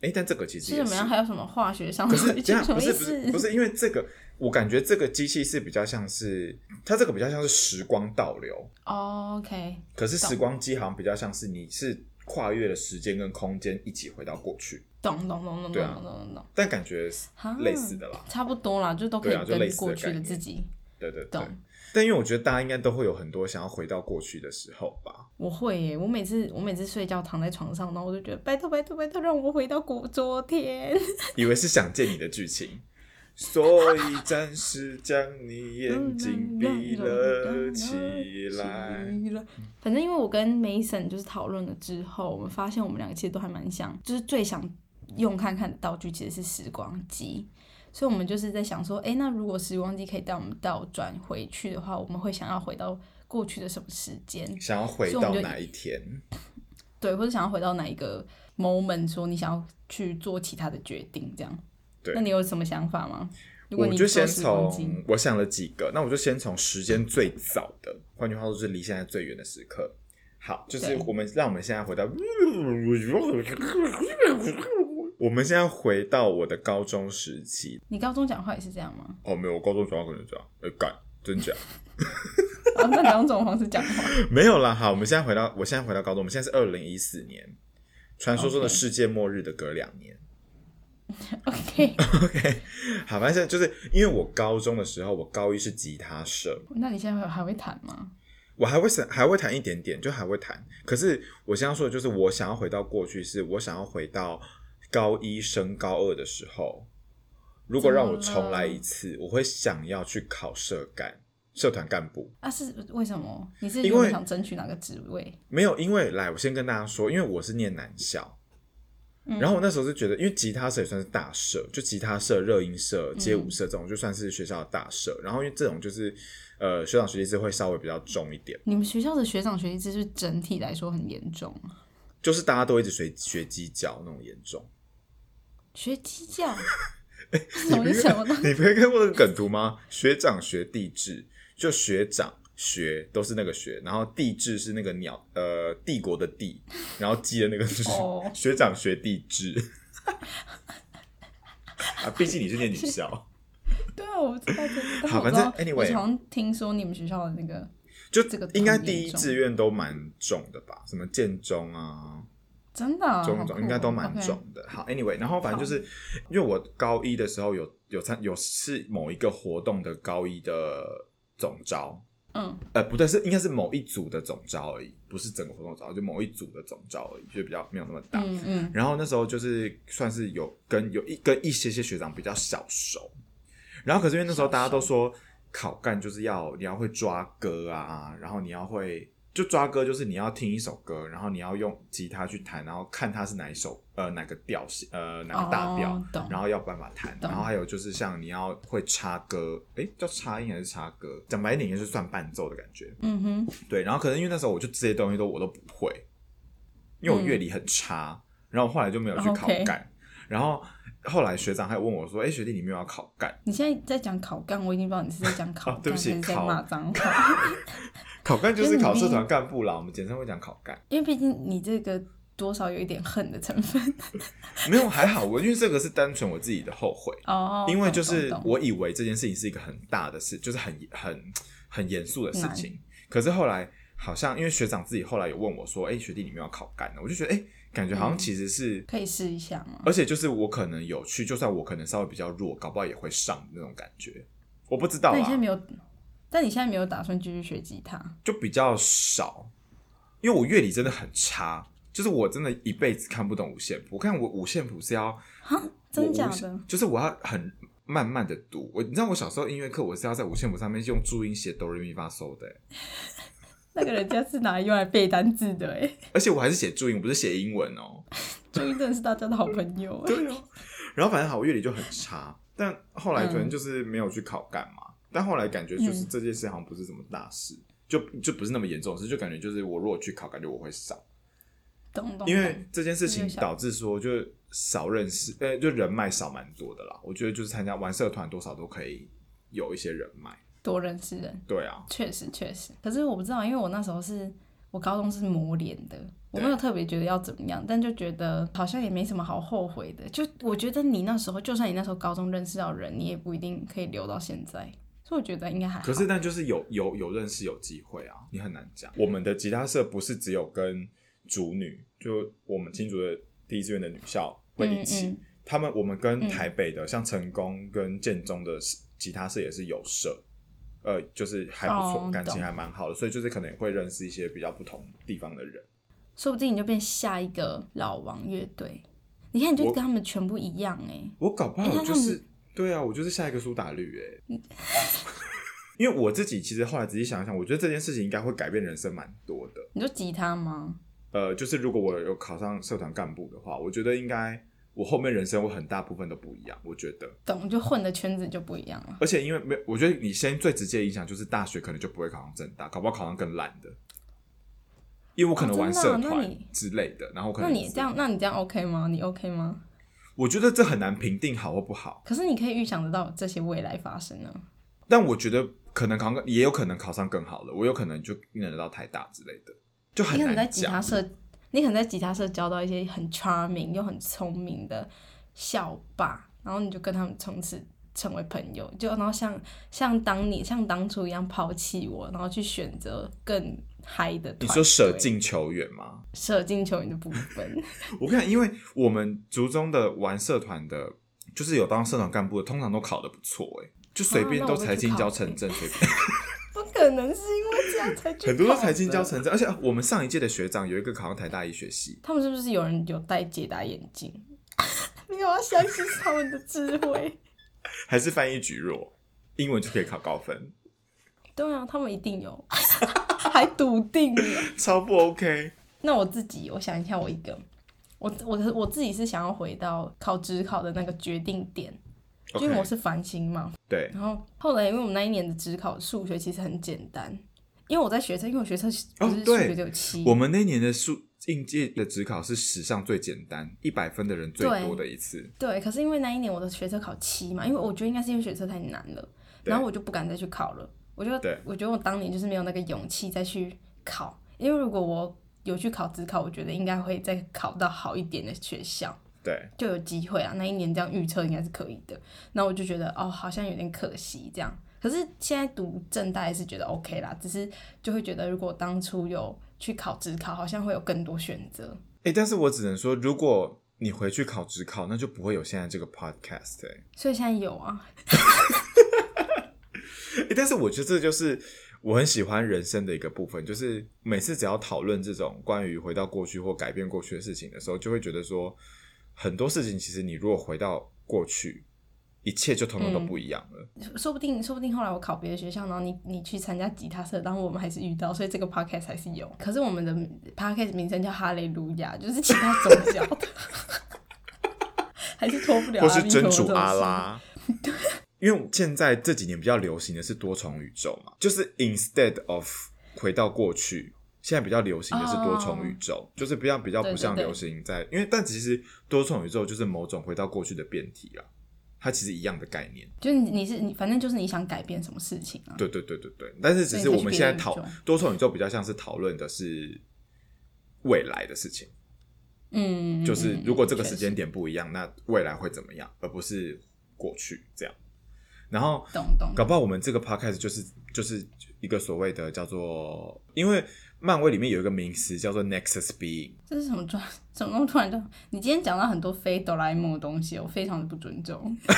Speaker 2: 哎、但这个其实
Speaker 1: 是
Speaker 2: 也
Speaker 1: 怎
Speaker 2: 是
Speaker 1: 么，样？还有什么化学上
Speaker 2: 可
Speaker 1: 的 *laughs*
Speaker 2: 是
Speaker 1: 回
Speaker 2: 这
Speaker 1: 去？
Speaker 2: 样
Speaker 1: 什
Speaker 2: 不
Speaker 1: 么意
Speaker 2: 是不是
Speaker 1: 思？
Speaker 2: 不是因为这个，我感觉这个机器是比较像是它这个比较像是时光倒流，
Speaker 1: *laughs* 哦 OK，
Speaker 2: 可是时光机好像比较像是你是跨越了时间跟空间一起回到过去，
Speaker 1: 懂懂懂懂懂
Speaker 2: 对啊
Speaker 1: 懂懂懂
Speaker 2: 但感觉是
Speaker 1: 哈
Speaker 2: 类似的啦。
Speaker 1: 差不多啦，就都可
Speaker 2: 对啊
Speaker 1: 以
Speaker 2: 就类
Speaker 1: 跟
Speaker 2: 似的
Speaker 1: 过去
Speaker 2: 概
Speaker 1: 的
Speaker 2: 念
Speaker 1: 自己。
Speaker 2: 对对对
Speaker 1: 懂。
Speaker 2: 但因为我觉得大家应该都会有很多想要回到过去的时候吧。
Speaker 1: 我会耶，我每次我每次睡觉躺在床上，然后我就觉得拜托拜托拜托，让我回到古昨天。 *laughs*
Speaker 2: 以为是想见你的剧情，所以暂时将你眼睛闭了起来。
Speaker 1: 起来反正因为我跟 Mason 就是讨论了之后，我们发现我们两个其实都还蛮像，就是最想用看看的道具其实是时光机。所以我们就是在想说，哎、那如果时光机可以带我们倒转回去的话，我们会想要回到过去的什么时间？
Speaker 2: 想要回
Speaker 1: 所以我
Speaker 2: 到
Speaker 1: 们就
Speaker 2: 哪一天？
Speaker 1: 对，或者想要回到哪一个 moment，说你想要去做其他的决定，这样。
Speaker 2: 对
Speaker 1: 那你有什么想法吗？如果
Speaker 2: 我
Speaker 1: 你
Speaker 2: 就先
Speaker 1: 做时光机
Speaker 2: 从我想了几个，那我就先从时间最早的，换句话说是离现在最远的时刻。好，就是
Speaker 1: 对
Speaker 2: 我们让我们现在回到， *laughs* 我们现在回到我的高中时期。
Speaker 1: 你高中讲话也是这样吗？
Speaker 2: 哦，没有，我高中讲话可能这样，哎、干，真
Speaker 1: *laughs*
Speaker 2: 假？
Speaker 1: 然后那两种方式讲话，
Speaker 2: 没有啦，好，我们现在回到，我现在回到高中，我们现在是二零一四年，传说中的
Speaker 1: OK
Speaker 2: 世界末日的隔两年。
Speaker 1: OK， *laughs*
Speaker 2: OK，好，反正现在就是因为我高中的时候，我高一是吉他社，
Speaker 1: 那你现在还还会弹吗？
Speaker 2: 我还会想还会弹一点点，就还会弹。可是我现在说的就是，我想要回到过去，是我想要回到高一升高二的时候。如果让我
Speaker 1: 怎么了
Speaker 2: 重来一次，我会想要去考社干、社团干部。
Speaker 1: 啊，是为什么？你是
Speaker 2: 因
Speaker 1: 有没有
Speaker 2: 为
Speaker 1: 想争取哪个职位？
Speaker 2: 没有，因为来，我先跟大家说，因为我是念男校，
Speaker 1: 嗯
Speaker 2: 然后我那时候是觉得，因为吉他社也算是大社，就吉他社、热音社、街舞社这种，就算是学校的大社。然后因为这种就是，呃，学长学弟制会稍微比较重一点，
Speaker 1: 你们学校的学长学弟制是整体来说很严重啊，
Speaker 2: 就是大家都一直学学鸡叫那种严重。
Speaker 1: 学鸡
Speaker 2: *laughs*
Speaker 1: 叫，什么意思？我
Speaker 2: 你没看过那个梗图吗？学长学地质，就学长学都是那个学，然后地质是那个鸟，呃，帝国的帝，然后鸡的那个就是、
Speaker 1: 哦
Speaker 2: 学长学地质。 *laughs* 啊，毕竟你是念
Speaker 1: *laughs*
Speaker 2: 女校，
Speaker 1: 对啊，我不知道这个。但
Speaker 2: 好
Speaker 1: 我不
Speaker 2: 反
Speaker 1: 知道
Speaker 2: 正 anyway
Speaker 1: 我好像听说你们学校的那个
Speaker 2: 就
Speaker 1: 这个
Speaker 2: 应该
Speaker 1: 很
Speaker 2: 第一
Speaker 1: 严重
Speaker 2: 志愿都蛮重的吧？什么建中啊，
Speaker 1: 真的、啊、
Speaker 2: 中
Speaker 1: 好
Speaker 2: 中
Speaker 1: 酷
Speaker 2: 应该
Speaker 1: 哦
Speaker 2: 都蛮
Speaker 1: OK
Speaker 2: 重的。好，anyway，然后反正就是因为我高一的时候有有参有是某一个活动的高一的总招，
Speaker 1: 嗯，
Speaker 2: 呃，不对，是应该是某一组的总招而已，不是整个活动招，就某一组的总招而已，就比较没有那么大。
Speaker 1: 嗯嗯，
Speaker 2: 然后那时候就是算是有跟有一跟一些些学长比较小熟，然后可是因为那时候大家都说考干就是要你要会抓歌啊，然后你要会就抓歌就是你要听一首歌，然后你要用吉他去弹，然后看它是哪一首呃哪个调性呃哪个大调，
Speaker 1: 哦懂
Speaker 2: 然后要有办法弹，
Speaker 1: 懂
Speaker 2: 然后还有就是像你要会插歌，诶，叫插音还是插歌？讲白一点就是算伴奏的感觉，
Speaker 1: 嗯哼，
Speaker 2: 对，然后可能因为那时候我就这些东西都我都不会，因为我乐理很差，然后后来就没有去
Speaker 1: 嗯哦
Speaker 2: 考
Speaker 1: OK
Speaker 2: 干，然后后来学长还问我说：“哎、学弟，你没有要考
Speaker 1: *laughs*
Speaker 2: 干？
Speaker 1: 你现在在讲考干，我已经不知道你是在讲考
Speaker 2: *laughs* 哦
Speaker 1: 干、
Speaker 2: 对
Speaker 1: 还
Speaker 2: 不起
Speaker 1: 是在
Speaker 2: 考
Speaker 1: 骂脏话，
Speaker 2: *laughs* 考干就
Speaker 1: 因
Speaker 2: 是
Speaker 1: 为你
Speaker 2: 考
Speaker 1: 毕
Speaker 2: 社
Speaker 1: 竟
Speaker 2: 团干部啦，我们简称会讲考干。
Speaker 1: 因为毕竟你这个多少有一点恨的成分
Speaker 2: 没有还好，我因为这个是单纯我自己的后悔，
Speaker 1: 哦。
Speaker 2: 因为
Speaker 1: 懂
Speaker 2: 就是
Speaker 1: 懂懂
Speaker 2: 我以为这件事情是一个很大的事，就是很很很严肃的事
Speaker 1: 难
Speaker 2: 情，可是后来好像因为学长自己后来有问我说：“哎、学弟，你没有要考干呢？”我就觉得哎、感觉好像
Speaker 1: 嗯
Speaker 2: 其实是
Speaker 1: 可以试一下吗？
Speaker 2: 而且就是我可能有去，就算我可能稍微比较弱，搞不好也会上那种感觉。我不知道
Speaker 1: 那你现在
Speaker 2: 啊，
Speaker 1: 没有，但你现在没有打算继续学吉他？
Speaker 2: 就比较少，因为我乐理真的很差，就是我真的一辈子看不懂五线谱。我看我五线谱是要我
Speaker 1: 真
Speaker 2: 无
Speaker 1: 假
Speaker 2: 线
Speaker 1: 的？
Speaker 2: 就是我要很慢慢的读。我你知道我小时候音乐课，我是要在五线谱上面用注音写哆瑞咪发嗦的欸、
Speaker 1: 那个人家是拿来用来背单字的哎、
Speaker 2: 而且我还是写注音，我不是写英文哦。
Speaker 1: 朱一真的是大家的好朋友哎、
Speaker 2: 对啊，然后反正好，我乐理就很差，但后来
Speaker 1: 嗯
Speaker 2: 可能就是没有去考干嘛，但后来感觉就是这件事好像不是什么大事，就就不是那么严重的事，就感觉就是我如果去考，感觉我会少，
Speaker 1: 懂懂懂。
Speaker 2: 因为这件事
Speaker 1: 因
Speaker 2: 情
Speaker 1: 为少
Speaker 2: 导致说就少认识，呃，就人脉少蛮多的啦。我觉得就是参加玩社团多少都可以有一些人脉，
Speaker 1: 多认识人，
Speaker 2: 对啊，
Speaker 1: 确实确实，可是我不知道，因为我那时候是我高中是磨脸的，我
Speaker 2: 对
Speaker 1: 没有特别觉得要怎么样，但就觉得好像也没什么好后悔的。就我觉得你那时候，就算你那时候高中认识到人，你也不一定可以留到现在，所以我觉得应该还好。
Speaker 2: 可是但就是有有有认识有机会啊，你很难讲。我们的吉他社不是只有跟主女，就我们新竹的第一志愿的女校会一起，
Speaker 1: 嗯嗯
Speaker 2: 他们我们跟台北的、像成功跟建中的吉他社也是有社。呃，就是还不错，
Speaker 1: 哦
Speaker 2: 感情
Speaker 1: 懂
Speaker 2: 还蛮好的，所以就是可能也会认识一些比较不同地方的人。
Speaker 1: 说不定你就变下一个老王乐队，你看你就
Speaker 2: 我
Speaker 1: 跟他们全部一样哎、
Speaker 2: 我搞不
Speaker 1: 诶
Speaker 2: 好
Speaker 1: 那他
Speaker 2: 就
Speaker 1: 们
Speaker 2: 是对啊，我就是下一个苏打
Speaker 1: *laughs*
Speaker 2: 绿哎、因为我自己其实后来仔细想一想，我觉得这件事情应该会改变人生蛮多的。
Speaker 1: 你说吉他吗？
Speaker 2: 呃，就是如果我有考上社团干部的话，我觉得应该我后面人生会很大部分都不一样。我觉得，
Speaker 1: 懂，就混的圈子就不一样了。
Speaker 2: 而且因为没有，我觉得你先最直接的影响就是大学可能就不会考上正大，搞不好考上更烂的。因为我可能
Speaker 1: 哦
Speaker 2: 玩
Speaker 1: 真的
Speaker 2: 社
Speaker 1: 哦那
Speaker 2: 团
Speaker 1: 你
Speaker 2: 之类的，然后可
Speaker 1: 那
Speaker 2: 能
Speaker 1: 你这样，那你这样 OK 吗？你 OK 吗？
Speaker 2: 我觉得这很难评定好或不好。
Speaker 1: 可是你可以预想得到这些未来发生啊。
Speaker 2: 但我觉得可能考上，也有可能考上更好的，我有可能就念得到台大之类的，就很
Speaker 1: 你可能在
Speaker 2: 难
Speaker 1: 吉他
Speaker 2: 讲。
Speaker 1: 社，你可能在吉他社交到一些很 charming 又很聪明的校霸，然后你就跟他们从此成为朋友，就然后像像当你像当初一样抛弃我，然后去选择更嗨的团队。
Speaker 2: 你说舍近求远吗？
Speaker 1: 射进球员的部分，
Speaker 2: 我看，因为我们族中的玩社团的，就是有当社团干部的，通常都考得不错、欸，就随便
Speaker 1: 啊
Speaker 2: 都
Speaker 1: 那我会
Speaker 2: 财
Speaker 1: 去
Speaker 2: 经
Speaker 1: 考欸
Speaker 2: 交城
Speaker 1: *laughs*
Speaker 2: 镇，随便。
Speaker 1: 不可能是因为这样才去
Speaker 2: 很多都
Speaker 1: 考
Speaker 2: 财经教
Speaker 1: 的
Speaker 2: 城镇，而且我们上一届的学长有一个考上台大医学系，
Speaker 1: 他们是不是有人有戴解答眼 *laughs* 镜？没有要相信他们的智慧。
Speaker 2: 还是翻译局弱，英文就可以考高分，
Speaker 1: 对啊，他们一定有， *laughs* 还笃定了。
Speaker 2: 超不 OK。
Speaker 1: 那我自己，我想一下，我一个，我我我自己是想要回到考职考的那个决定点，就因为
Speaker 2: OK，
Speaker 1: 我是繁星嘛。
Speaker 2: 对，
Speaker 1: 然后后来，因为我们那一年的职考数学其实很简单，因为我在学测，因为我学测
Speaker 2: 哦
Speaker 1: 不是数
Speaker 2: 对
Speaker 1: 学只有七、
Speaker 2: 我们那年的数应届的职考是史上最简单，一百分的人最
Speaker 1: 对
Speaker 2: 多的一次。
Speaker 1: 对，可是因为那一年我的学测考七嘛，因为我觉得应该是因为学测太难了，
Speaker 2: 对
Speaker 1: 然后我就不敢再去考了。我就
Speaker 2: 对
Speaker 1: 我觉得我当年就是没有那个勇气再去考，因为如果我有去考自考，我觉得应该会再考到好一点的学校，
Speaker 2: 对，
Speaker 1: 就有机会啊。那一年这样预测应该是可以的。然后我就觉得哦，好像有点可惜这样。可是现在读正大也是觉得 OK 啦，只是就会觉得如果当初有去考自考，好像会有更多选择。
Speaker 2: 哎，但是我只能说，如果你回去考职考，那就不会有现在这个 podcast 哎、
Speaker 1: 所以现在有啊，
Speaker 2: 欸但是我觉得这就是我很喜欢人生的一个部分，就是每次只要讨论这种关于回到过去或改变过去的事情的时候，就会觉得说，很多事情其实你如果回到过去，一切就统统都不一样了。
Speaker 1: 说不定，说不定后来我考别的学校，然后你你去参加吉他社，然后我们还是遇到，所以这个 podcast 还是有。可是我们的 podcast 名称叫哈雷路亚，就是其他宗教的， *laughs* 还是脱不了
Speaker 2: 或
Speaker 1: 阿
Speaker 2: 是
Speaker 1: 弥陀
Speaker 2: 真
Speaker 1: 佛
Speaker 2: 主
Speaker 1: 这种
Speaker 2: 阿
Speaker 1: 事。
Speaker 2: 拉。 *laughs* 因为现在这几年比较流行的是多重宇宙嘛，就是 instead of 回到过去，现在比较流行的是多重宇宙就是比较比较
Speaker 1: 对
Speaker 2: 不像
Speaker 1: 哦对对
Speaker 2: 流行在，因为但其实多重宇宙就是某种回到过去的变体啦，它其实一样的概念。
Speaker 1: 就是你你是你，反正就是你想改变什么事情啊？
Speaker 2: 对对对对对，但是只是我们现在讨
Speaker 1: 所以你可以去别的宇
Speaker 2: 多重宇宙比较像是讨论的是未来的事情，
Speaker 1: 嗯，
Speaker 2: 就是
Speaker 1: 嗯
Speaker 2: 如果这个
Speaker 1: 确
Speaker 2: 时
Speaker 1: 实
Speaker 2: 间点不一样，那未来会怎么样，而不是过去这样。然后
Speaker 1: 懂懂
Speaker 2: 搞不好我们这个 podcast 就是就是一个所谓的叫做，因为漫威里面有一个名词叫做 Nexus Being，
Speaker 1: 这是什么状？怎么突然就？你今天讲到很多非哆啦 A 梦的东西，我非常的不尊重。
Speaker 2: *laughs*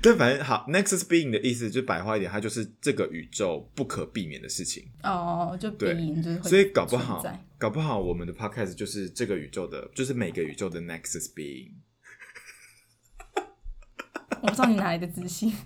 Speaker 2: 但反正好，Nexus Being 的意思就白话一点，它就是这个宇宙不可避免的事情。
Speaker 1: 哦，就鼻
Speaker 2: 对
Speaker 1: 音就是会
Speaker 2: 所以搞不好
Speaker 1: 存在，
Speaker 2: 搞不好我们的 podcast 就是这个宇宙的，就是每个宇宙的 Nexus Being。
Speaker 1: 我不知道你哪来的自信。 *laughs*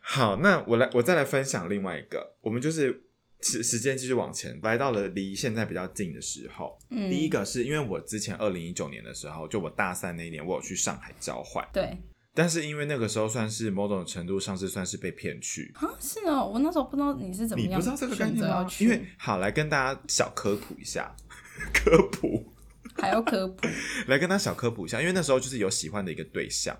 Speaker 2: 好，那我来，我再来分享另外一个，我们就是时时间继续往前，来到了离现在比较近的时候。
Speaker 1: 嗯，
Speaker 2: 第一个是因为我之前二零一九年的时候，就我大三那一年，我有去上海交换，
Speaker 1: 对。
Speaker 2: 但是因为那个时候算是某种程度上是算是被骗去。
Speaker 1: 啊，是哦，我那时候不知道你是怎么
Speaker 2: 你不
Speaker 1: 样
Speaker 2: 知道这个概
Speaker 1: 选
Speaker 2: 念
Speaker 1: 择要
Speaker 2: 吗？
Speaker 1: 去，
Speaker 2: 因为好，来跟大家小科普一下，科普。
Speaker 1: 还要科普，
Speaker 2: 来跟他小科普一下，因为那时候就是有喜欢的一个对象，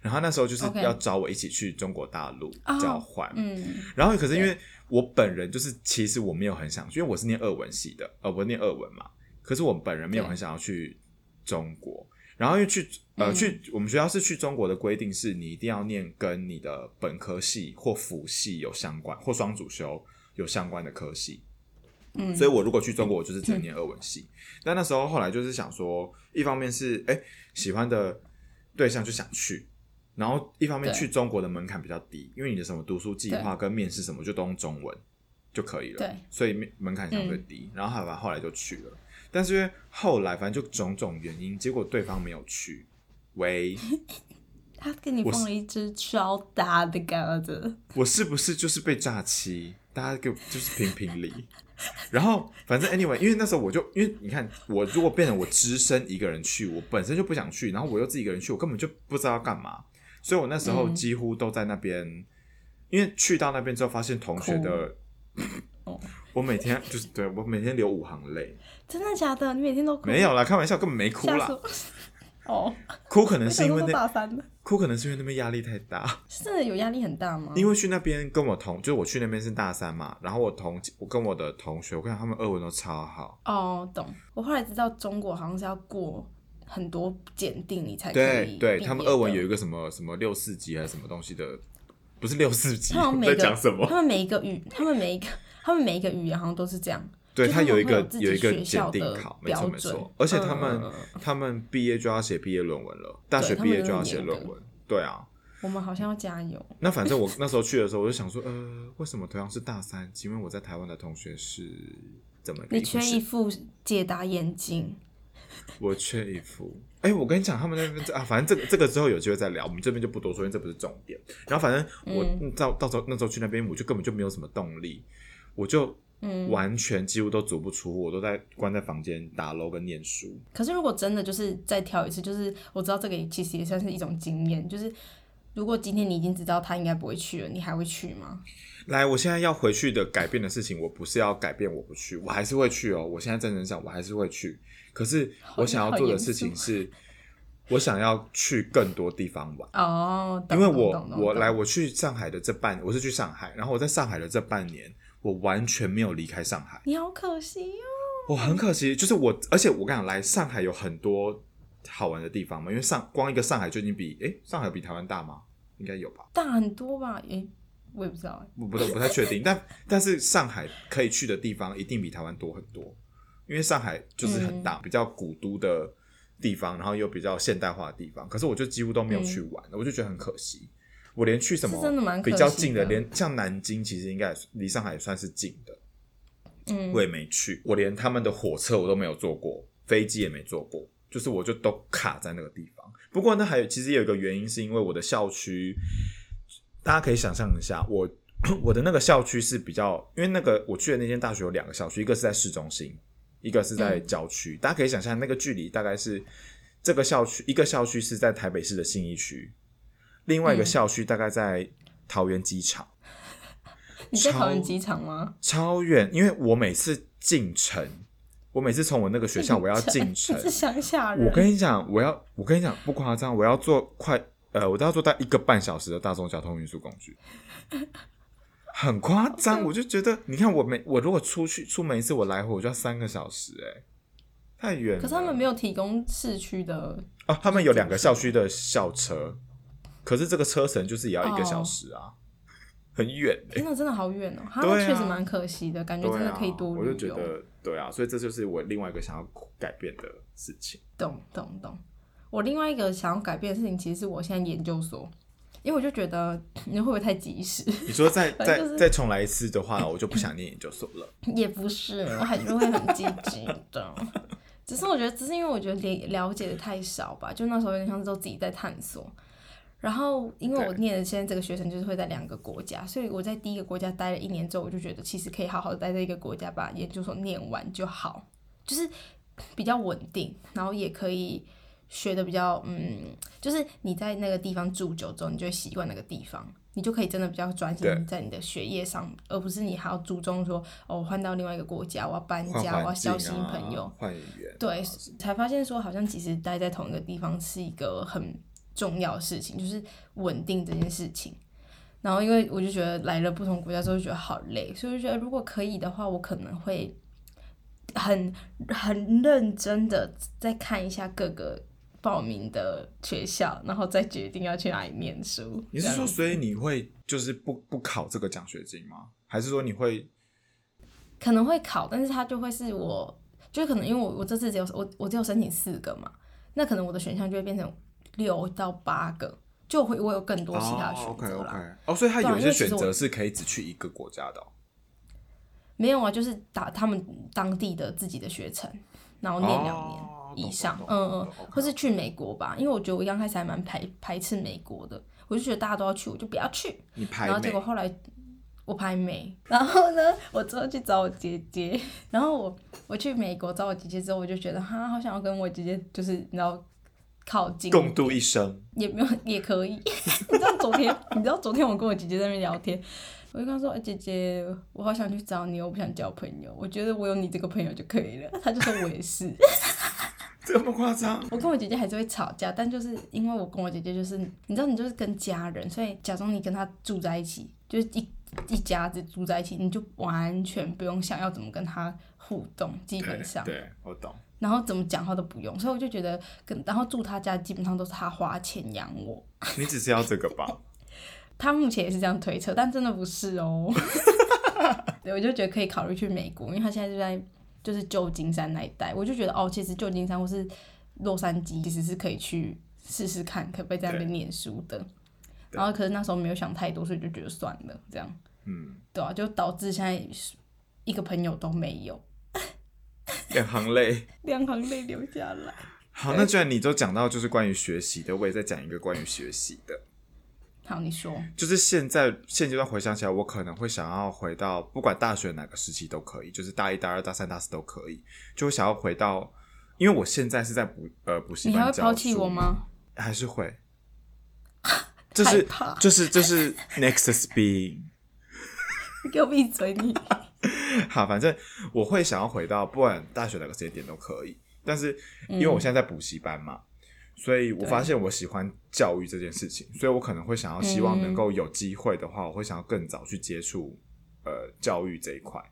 Speaker 2: 然后那时候就是
Speaker 1: OK
Speaker 2: 要找我一起去中国大陆
Speaker 1: 哦
Speaker 2: 交换。
Speaker 1: 嗯，
Speaker 2: 然后可是因为我本人就是，其实我没有很想去，因为我是念俄文系的，呃，我念俄文嘛。可是我本人没有
Speaker 1: 对
Speaker 2: 很想要去中国。然后因为去呃
Speaker 1: 嗯
Speaker 2: 去我们学校是去中国的规定是你一定要念跟你的本科系或辅系有相关或双主修有相关的科系。
Speaker 1: 嗯，
Speaker 2: 所以我如果去中国，我就是只能念俄文系。但那时候后来就是想说，一方面是哎、诶喜欢的对象就想去，然后一方面
Speaker 1: 对
Speaker 2: 去中国的门槛比较低，因为你的什么读书计划跟面试什么就都用中文就可以了，
Speaker 1: 对，嗯
Speaker 2: 所以面门槛相对低。然后好吧，后来就去了，但是因为后来反正就种种原因，结果对方没有去，喂，
Speaker 1: 他给你
Speaker 2: 我是
Speaker 1: 放了一只超大的鸽子，
Speaker 2: 我是不是就是被诈欺？大家给我就是评评理。然后反正 anyway，因为那时候我就因为你看，我如果变成我只身一个人去，我本身就不想去，然后我又自己一个人去，我根本就不知道要干嘛。所以我那时候
Speaker 1: 嗯
Speaker 2: 几乎都在那边，因为去到那边之后，发现同学的
Speaker 1: 哦，
Speaker 2: *coughs* 我每天就是对我每天流五行泪，
Speaker 1: 真的假的？你每天都哭？
Speaker 2: 没有啦，开玩笑，根本没哭
Speaker 1: 吓
Speaker 2: 啦
Speaker 1: 死，我，哦，
Speaker 2: 哭可能
Speaker 1: 我
Speaker 2: 是
Speaker 1: 想
Speaker 2: 因
Speaker 1: 说
Speaker 2: 为
Speaker 1: 都
Speaker 2: 那
Speaker 1: 大三了，
Speaker 2: 哭可能是因为那边压力太大。
Speaker 1: 是真的有压力很大吗？
Speaker 2: 因为去那边跟我同，就是我去那边是大三嘛，然后我同我跟我的同学，我跟你讲他们俄文都超好，
Speaker 1: 哦，懂。我后来知道中国好像是要过很多检定你才可
Speaker 2: 对
Speaker 1: 以
Speaker 2: 对，
Speaker 1: 毕
Speaker 2: 他们
Speaker 1: 业
Speaker 2: 俄文
Speaker 1: 的
Speaker 2: 有一个什么什么六四级还是什么东西的，不是六四级，
Speaker 1: 他们
Speaker 2: 我
Speaker 1: 每
Speaker 2: 在
Speaker 1: 个
Speaker 2: 讲什
Speaker 1: 他
Speaker 2: 么？
Speaker 1: 们每一个语，他们每一个，他们每一个语言好像都是这样。
Speaker 2: 对
Speaker 1: 就
Speaker 2: 他
Speaker 1: 他们
Speaker 2: 有一
Speaker 1: 会有
Speaker 2: 个
Speaker 1: 自己
Speaker 2: 有一个
Speaker 1: 学
Speaker 2: 检
Speaker 1: 校
Speaker 2: 定
Speaker 1: 的
Speaker 2: 考，没
Speaker 1: 标
Speaker 2: 错没
Speaker 1: 准
Speaker 2: 错，而且他们、
Speaker 1: 嗯嗯嗯
Speaker 2: 他们毕业就要写毕业论文了，大
Speaker 1: 对
Speaker 2: 学
Speaker 1: 他
Speaker 2: 毕
Speaker 1: 们
Speaker 2: 业
Speaker 1: 都
Speaker 2: 就要
Speaker 1: 很
Speaker 2: 写
Speaker 1: 严
Speaker 2: 论
Speaker 1: 格
Speaker 2: 文，对啊。
Speaker 1: 我们好像要加油。
Speaker 2: 那反正我那时候去的时候，我就想说，呃，为什么同样是大三？请问我在台湾的同学是怎么个
Speaker 1: 你
Speaker 2: 一回
Speaker 1: 缺
Speaker 2: 事
Speaker 1: 一副解答眼镜，
Speaker 2: 我缺一副。哎、我跟你讲，他们那边啊，反正这个这个之后有机会再聊，我们这边就不多说，因为这不是重点。然后反正我、嗯到到时候那时候去那边，我就根本就没有什么动力，我就
Speaker 1: 嗯
Speaker 2: 完全几乎都足不出户，我都在关在房间打 LO 跟念书。
Speaker 1: 可是如果真的就是再挑一次，就是我知道这个其实也算是一种经验，就是如果今天你已经知道他应该不会去了，你还会去吗？
Speaker 2: 来，我现在要回去的改变的事情，我不是要改变我不去，我还是会去哦。我现在真的想，我还是会去。可是我想要做的事情是，我想要去更多地方玩。
Speaker 1: 哦，懂
Speaker 2: 因为
Speaker 1: 懂
Speaker 2: 我
Speaker 1: 懂懂
Speaker 2: 我
Speaker 1: 懂
Speaker 2: 来我去上海的这半，我是去上海，然后我在上海的这半年，我完全没有离开上海，
Speaker 1: 你好可惜哦。
Speaker 2: 我很可惜，就是我，而且我跟你讲，来上海有很多好玩的地方嘛，因为上光一个上海就已经比诶，上海比台湾大吗？应该有吧，
Speaker 1: 大很多吧？诶、我也不知道、诶
Speaker 2: 我不我不太确定，但但是上海可以去的地方一定比台湾多很多，因为上海就是
Speaker 1: 嗯
Speaker 2: 很大，比较古都的地方，然后又比较现代化的地方，可是我就几乎都没有去玩，我就觉得很可惜。我连去什么
Speaker 1: 嗯是真的蛮可
Speaker 2: 比
Speaker 1: 惜
Speaker 2: 较近的，
Speaker 1: 的
Speaker 2: 连像南京其实应该也离上海也算是近的，
Speaker 1: 嗯，
Speaker 2: 我也没去，我连他们的火车我都没有坐过，飞机也没坐过，就是我就都卡在那个地方。不过呢，还有其实也有一个原因，是因为我的校区，大家可以想象一下，我 *clears throat* 我的那个校区是比较，因为那个我去的那间大学有两个校区，一个是在市中心，一个是
Speaker 1: 嗯
Speaker 2: 在郊区，大家可以想象那个距离大概是这个校区，一个校区是在台北市的信义区，另外一个
Speaker 1: 嗯
Speaker 2: 校区大概在桃园机场。
Speaker 1: 你在
Speaker 2: 超
Speaker 1: 桃园机场吗？
Speaker 2: 超远，因为我每次进城，我每次从我那个
Speaker 1: *laughs*
Speaker 2: 学校我要进城
Speaker 1: 你，是乡下人。
Speaker 2: 我跟你讲，我要我跟你讲不夸张，我要坐快呃，我都要坐到一个半小时的大众交通运输工
Speaker 1: *laughs*
Speaker 2: 具，很夸张。我就觉得，你看我每我如果出去出门一次，我来回我就要三个小时、哎，太远了。
Speaker 1: 可是他们没
Speaker 2: 有
Speaker 1: 有提供市区的，
Speaker 2: 啊，他们有两个校区的校
Speaker 1: 哦
Speaker 2: 车，可是这个车程就是也要一个小时啊，很远、哎
Speaker 1: 真的真的好远哦、他
Speaker 2: 对啊
Speaker 1: 们确实蛮可惜的，感觉
Speaker 2: 对
Speaker 1: 真的
Speaker 2: 啊，
Speaker 1: 可以多
Speaker 2: 我就
Speaker 1: 旅
Speaker 2: 觉
Speaker 1: 游。
Speaker 2: 得对啊，所以这就是我另外一个想要改变的事情。
Speaker 1: 懂懂懂。我另外一个想要改变的事情，其实是我现在研究所，因为我就觉得 *clears throat* 你会不会太及时？ *laughs*
Speaker 2: 你说再
Speaker 1: 反正
Speaker 2: 再
Speaker 1: 就是
Speaker 2: 再重来一次的话，我就不想念研究所了。
Speaker 1: 也不是，我还是会很积极的。只是我觉得，只是因为我觉得了了解的太少吧，就那时候有点像是都自己在探索。然后，因为我
Speaker 2: 对
Speaker 1: 念的现在这个学程就是会在两个国家，所以我在第一个国家待了一年之后，我就觉得其实可以好好地待在一个国家把研究所念完就好，就是比较稳定，然后也可以学的比较嗯，就是你在那个地方住久之后，你就会习惯那个地方，你就可以真的比较专
Speaker 2: 对
Speaker 1: 心在你的学业上，而不是你还要注重说哦，我换到另外一个国家，我要搬
Speaker 2: 换
Speaker 1: 家，我要
Speaker 2: 环境
Speaker 1: 交
Speaker 2: 啊，
Speaker 1: 新朋友，
Speaker 2: 换语言，
Speaker 1: 对，才发现说好像其实待在同一个地方是一个很重要的事情，就是稳定这件事情。然后因为我就觉得来了不同国家之后就觉得好累，所以我就觉得如果可以的话，我可能会很很认真的再看一下各个报名的学校，然后再决定要去哪里念书。
Speaker 2: 你是
Speaker 1: 这
Speaker 2: 说，
Speaker 1: 样
Speaker 2: 所以你会就是不不考这个奖学金吗？还是说你会
Speaker 1: 可能会考，但是它就会是我，就是可能因为我我这次只有我我只有申请四个嘛，那可能我的选项就会变成六到八个，就会我有更多其他的选
Speaker 2: 哦，OK
Speaker 1: 择啦。
Speaker 2: OK，哦，所以他
Speaker 1: 对啊
Speaker 2: 有
Speaker 1: 因
Speaker 2: 一些
Speaker 1: 为其
Speaker 2: 选
Speaker 1: 实我
Speaker 2: 择是可以只去一个国家的哦。
Speaker 1: 没有啊，就是打他们当地的自己的学程，然后念两年，
Speaker 2: 哦
Speaker 1: 以上
Speaker 2: 懂，懂
Speaker 1: 嗯嗯
Speaker 2: 懂懂，，OK，
Speaker 1: 或是去美国吧，因为我觉得我一刚开始还蛮排排斥美国的，我就觉得大家都要去，我就不要去，
Speaker 2: 你排
Speaker 1: 然后
Speaker 2: 美
Speaker 1: 结果后来我排美， *laughs* 然后呢，我之后去找我姐姐，然后我我去美国找我姐姐之后，我就觉得哈，好想要跟我姐姐就是你知道靠近，
Speaker 2: 共度一生，
Speaker 1: 也没有也可以。 *laughs* 你知道昨天，你知道昨天我跟我姐姐在那边聊天，我就跟她说：“哎、姐姐，我好想去找你，我不想交朋友，我觉得我有你这个朋友就可以了。”她就说：“我也是。
Speaker 2: 这么夸张？”
Speaker 1: 我跟我姐姐还是会吵架，但就是因为我跟我姐姐就是，你知道，你就是跟家人，所以假装你跟她住在一起，就是一一家子住在一起，你就完全不用想要怎么跟她互动，基
Speaker 2: 对
Speaker 1: 本上。
Speaker 2: 对，我懂。
Speaker 1: 然后怎么讲话都不用，所以我就觉得跟然后住她家基本上都是她花钱养我，
Speaker 2: 你只是要这个吧？
Speaker 1: 他目前也是这样推测，但真的不是 *laughs* 哦。对，我就觉得可以考虑去美国，因为他现在就在就是旧金山那一带，我就觉得哦，其实旧金山或是洛杉矶其实是可以去试试看，可不可以在那边念书的。然后可是那时候没有想太多，所以就觉得算了，这样
Speaker 2: 嗯，
Speaker 1: 对啊，就导致现在一个朋友都没有，
Speaker 2: 两行泪。
Speaker 1: 两行泪流下来。
Speaker 2: 好，那既然你都讲到就是关于学习的，我也再讲一个关于学习的。
Speaker 1: 好，你说，
Speaker 2: 就是现在现阶段回想起来，我可能会想要回到不管大学哪个时期都可以，就是大一、大二、大三、大四都可以，就会想要回到，因为我现在是在补呃补习
Speaker 1: 你还
Speaker 2: 班
Speaker 1: 会
Speaker 2: 教
Speaker 1: 抛弃
Speaker 2: 书
Speaker 1: 我？吗？ *laughs*
Speaker 2: 还是会？这是
Speaker 1: 害怕
Speaker 2: 这是这是 Nexus B。
Speaker 1: 你给我闭嘴你！
Speaker 2: 好，反正我会想要回到，不管大学哪个时间点都可以。但是因为
Speaker 1: 嗯
Speaker 2: 我现在在补习班嘛，所以我发现我喜欢教育这件事情，所以我可能会想要希望能
Speaker 1: 嗯
Speaker 2: 够有机会的话，我会想要更早去接触呃教育这一块，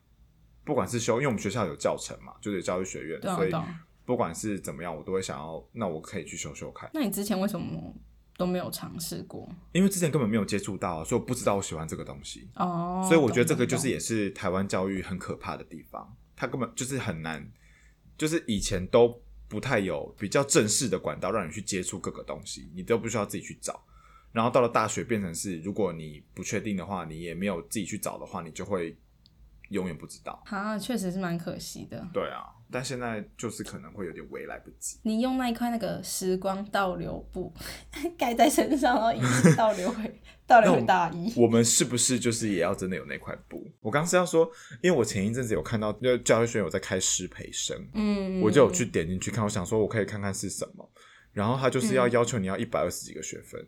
Speaker 2: 不管是修，因为我们学校有教程嘛，就是有教育学院，
Speaker 1: 对啊
Speaker 2: 所以
Speaker 1: 懂
Speaker 2: 不管是怎么样，我都会想要，那我可以去修修看，
Speaker 1: 那你之前为什么都没有尝试过？
Speaker 2: 因为之前根本没有接触到，啊所以我不知道我喜欢这个东西。
Speaker 1: 哦，
Speaker 2: 所以我觉得这
Speaker 1: 懂
Speaker 2: 个
Speaker 1: 懂
Speaker 2: 就是也是台湾教育很可怕的地方，它根本就是很难，就是以前都不太有比较正式的管道让你去接触各个东西，你都不需要自己去找。然后到了大学，变成是如果你不确定的话，你也没有自己去找的话，你就会永远不知道。
Speaker 1: 啊，确实是蛮可惜的。
Speaker 2: 对啊，但现在就是可能会有点为来不及。
Speaker 1: 你用那一块那个时光倒流布 *laughs* 盖在身上，然后一直倒流
Speaker 2: *laughs*
Speaker 1: 回倒流回大一。
Speaker 2: 我们是不是就是也要真的有那块布？我刚是要说，因为我前一阵子有看到，就教育学院有在开师培生，
Speaker 1: 嗯，
Speaker 2: 我就有去点进去看，我想说我可以看看是什么。然后他就是
Speaker 1: 嗯
Speaker 2: 要要求你要一百二十几个学分，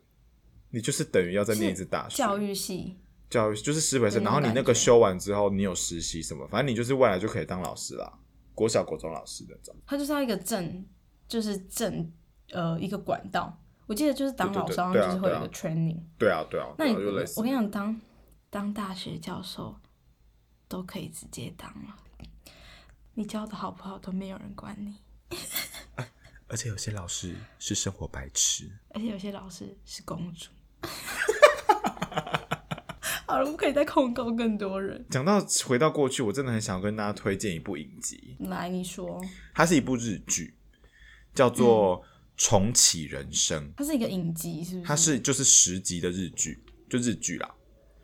Speaker 2: 你就是等于要再念一次大学。
Speaker 1: 教育系，
Speaker 2: 教育就是师培生，
Speaker 1: 对
Speaker 2: 然后你
Speaker 1: 那种
Speaker 2: 那个
Speaker 1: 感觉
Speaker 2: 修完之后，你有实习什么，反正你就是未来就可以当老师啦，国小、国中老师那种。
Speaker 1: 它就是要一个正，就是正呃一个管道。我记得就是当
Speaker 2: 对对
Speaker 1: 老
Speaker 2: 对
Speaker 1: 师好像
Speaker 2: 对啊
Speaker 1: 就是会有
Speaker 2: 对啊
Speaker 1: 一个 training。
Speaker 2: 对啊，对啊，
Speaker 1: 那
Speaker 2: 对
Speaker 1: 你
Speaker 2: 啊就类似
Speaker 1: 我跟你讲，当当大学教授都可以直接当了，你教的好不好都没有人管你，
Speaker 2: 而且有些老师是生活白痴。
Speaker 1: 而且有些老师是公
Speaker 2: *laughs*
Speaker 1: 主。好了，不可以再控告更多人。
Speaker 2: 讲到回到过去，我真的很想跟大家推荐一部影集，
Speaker 1: 来，你说，
Speaker 2: 它是一部日剧，叫
Speaker 1: 嗯
Speaker 2: 做《重启人生》，
Speaker 1: 它是一个影集，是不是？
Speaker 2: 它是就是十集的日剧，就日剧啦。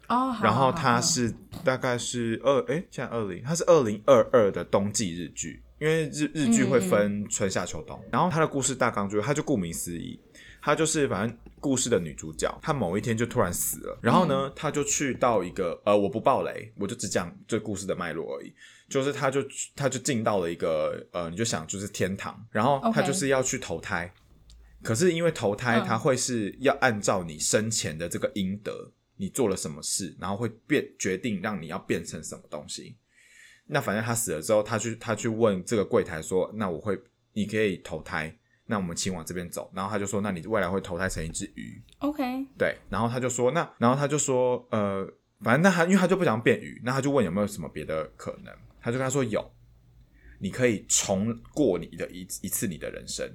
Speaker 1: 哦，好
Speaker 2: 然后
Speaker 1: 好好
Speaker 2: 它是大概是二哎，现在二零，它是二零二二的冬季日剧，因为日日剧
Speaker 1: 嗯
Speaker 2: 会分春夏秋冬。然后它的故事大纲就是，它就顾名思义，它就是反正故事的女主角，她某一天就突然死了。然后
Speaker 1: 嗯
Speaker 2: 呢，她就去到一个呃，我不爆雷，我就只讲这故事的脉络而已。就是她就她就进到了一个呃，你就想就是天堂，然后她
Speaker 1: OK
Speaker 2: 就是要去投胎。可是因为投胎，
Speaker 1: 嗯
Speaker 2: 它会是要按照你生前的这个阴德，你做了什么事，然后会变决定让你要变成什么东西。那反正他死了之后，他去他去问这个柜台说：“那我会，你可以投胎，那我们请往这边走。”然后他就说：“那你未来会投胎成一只鱼。
Speaker 1: OK，”
Speaker 2: 对，然后他就说：“那，然后他就说，呃，反正那他因为他就不想变鱼，那他就问有没有什么别的可能，他就跟他说有，你可以重过你的一一次你的人生。”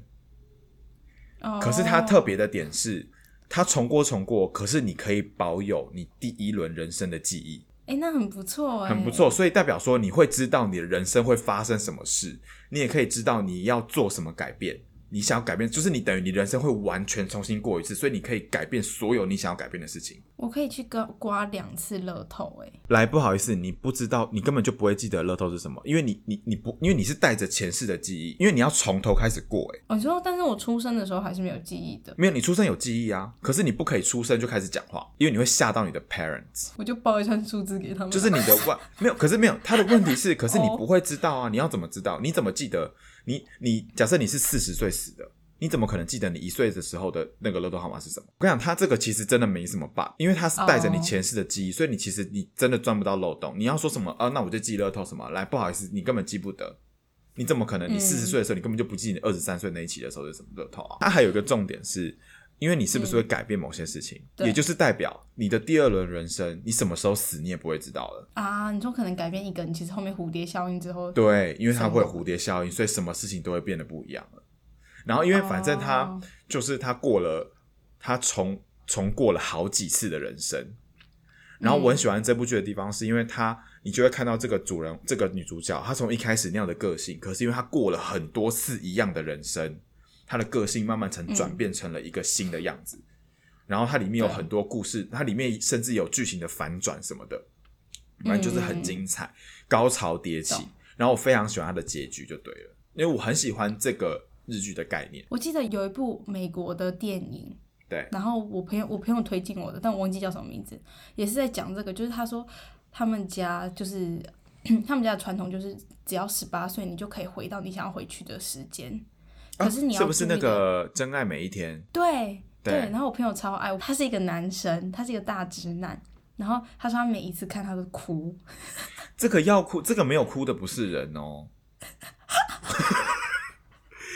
Speaker 1: 哦，
Speaker 2: 可是它特别的点是，它重过重过，可是你可以保有你第一轮人生的记忆，
Speaker 1: 哎、那很不错、哎，
Speaker 2: 很不。错。所以代表说你会知道你的人生会发生什么事，你也可以知道你要做什么改变，你想要改变，就是你等于你人生会完全重新过一次，所以你可以改变所有你想要改变的事情。
Speaker 1: 我可以去刮刮两次乐透、欸，
Speaker 2: 来，不好意思，你不知道，你根本就不会记得乐透是什么，因为你你你不，因为你是带着前世的记忆，因为你要从头开始过、欸，哎，
Speaker 1: 哦，你说，但是我出生的时候还是没有记忆的，
Speaker 2: 没有，你出生有记忆啊，可是你不可以出生就开始讲话，因为你会吓到你的 parents，
Speaker 1: 我就报一串数字给他们，
Speaker 2: 就是你的外没有，可是没有，他的问题是，可是你
Speaker 1: 哦
Speaker 2: 不会知道啊，你要怎么知道？你怎么记得？你你假设你是四十岁死的。你怎么可能记得你一岁的时候的那个乐透号码是什么？我跟你讲，他这个其实真的没什么 bug，因为他是带着你
Speaker 1: 哦
Speaker 2: 前世的记忆所以你其实你真的钻不到漏洞。你要说什么啊？那我就记乐透什么？来，不好意思，你根本记不得。你怎么可能？你
Speaker 1: 嗯
Speaker 2: 四十岁的时候，你根本就不记你二十三岁那一期的时候是什么乐透啊？它还有一个重点是，因为你是不是会改变某些事情，
Speaker 1: 嗯对
Speaker 2: 也就是代表你的第二轮人生，你什么时候死你也不会知道了。
Speaker 1: 啊，你说可能改变一个，你其实后面蝴蝶效应之后，
Speaker 2: 对，因为它会有
Speaker 1: 什
Speaker 2: 蝴蝶效应，所以什么事情都会变得不一样了。然后，因为反正他、
Speaker 1: 哦
Speaker 2: 就是他过了，他重重过了好几次的人生。然后
Speaker 1: 嗯
Speaker 2: 我很喜欢这部剧的地方，是因为他，你就会看到这个主人，这个女主角，她从一开始那样的个性，可是因为她过了很多次一样的人生，她的个性慢慢成转
Speaker 1: 嗯
Speaker 2: 变成了一个新的样子。然后它里面有
Speaker 1: 对
Speaker 2: 很多故事，它里面甚至有剧情的反转什么的，反正就是很精彩，高潮迭起
Speaker 1: 嗯懂。
Speaker 2: 然后我非常喜欢它的结局，就对了，因为我很喜欢这个日剧的概念。
Speaker 1: 我记得有一部美国的电影，
Speaker 2: 对，
Speaker 1: 然后我朋友我朋友推荐我的，但我忘记叫什么名字，也是在讲这个，就是他说他们家就是 *clears throat* 他们家的传统就是只要十八岁你就可以回到你想要回去的时间，可是你要
Speaker 2: 啊是不是
Speaker 1: 注
Speaker 2: 那
Speaker 1: 意的
Speaker 2: 个《真爱每一天》？
Speaker 1: 对
Speaker 2: 对
Speaker 1: 然后我朋友超爱我，他是一个男生，他是一个大直男。然后他说他每一次看他都哭，
Speaker 2: 这个要哭，这个没有哭的不是
Speaker 1: *laughs*
Speaker 2: 人哦。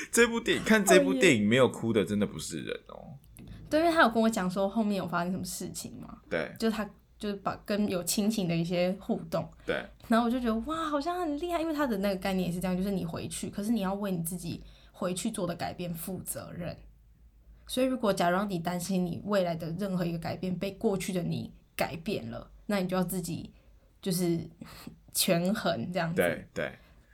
Speaker 2: 这部电影看这
Speaker 1: 哦
Speaker 2: 部电影没有哭的，真的不是人哦。
Speaker 1: 对，因为他有跟我讲说后面有发生什么事情嘛，
Speaker 2: 对
Speaker 1: 就是他就是把跟有亲情的一些互动，
Speaker 2: 对
Speaker 1: 然后我就觉得哇，好像很厉害，因为他的那个概念也是这样，就是你回去，可是你要为你自己回去做的改变负责任。所以，如果假如你担心你未来的任何一个改变被过去的你改变了，那你就要自己就是 *laughs* 权衡这样子。
Speaker 2: 对对，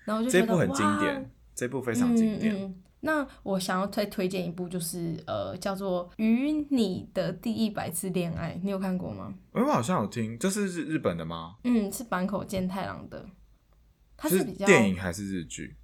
Speaker 1: 然后我就觉
Speaker 2: 这
Speaker 1: 得
Speaker 2: 部很经
Speaker 1: 哇哦
Speaker 2: 典，这部非常经典。
Speaker 1: 嗯嗯。那我想要再推荐一部，就是呃，叫做《与你的第一百次恋爱》，你有看过吗？
Speaker 2: 哎我好像有听，这是日日本的吗？
Speaker 1: 嗯，是坂口健太郎的，它
Speaker 2: 是
Speaker 1: 比较
Speaker 2: 电影还是日剧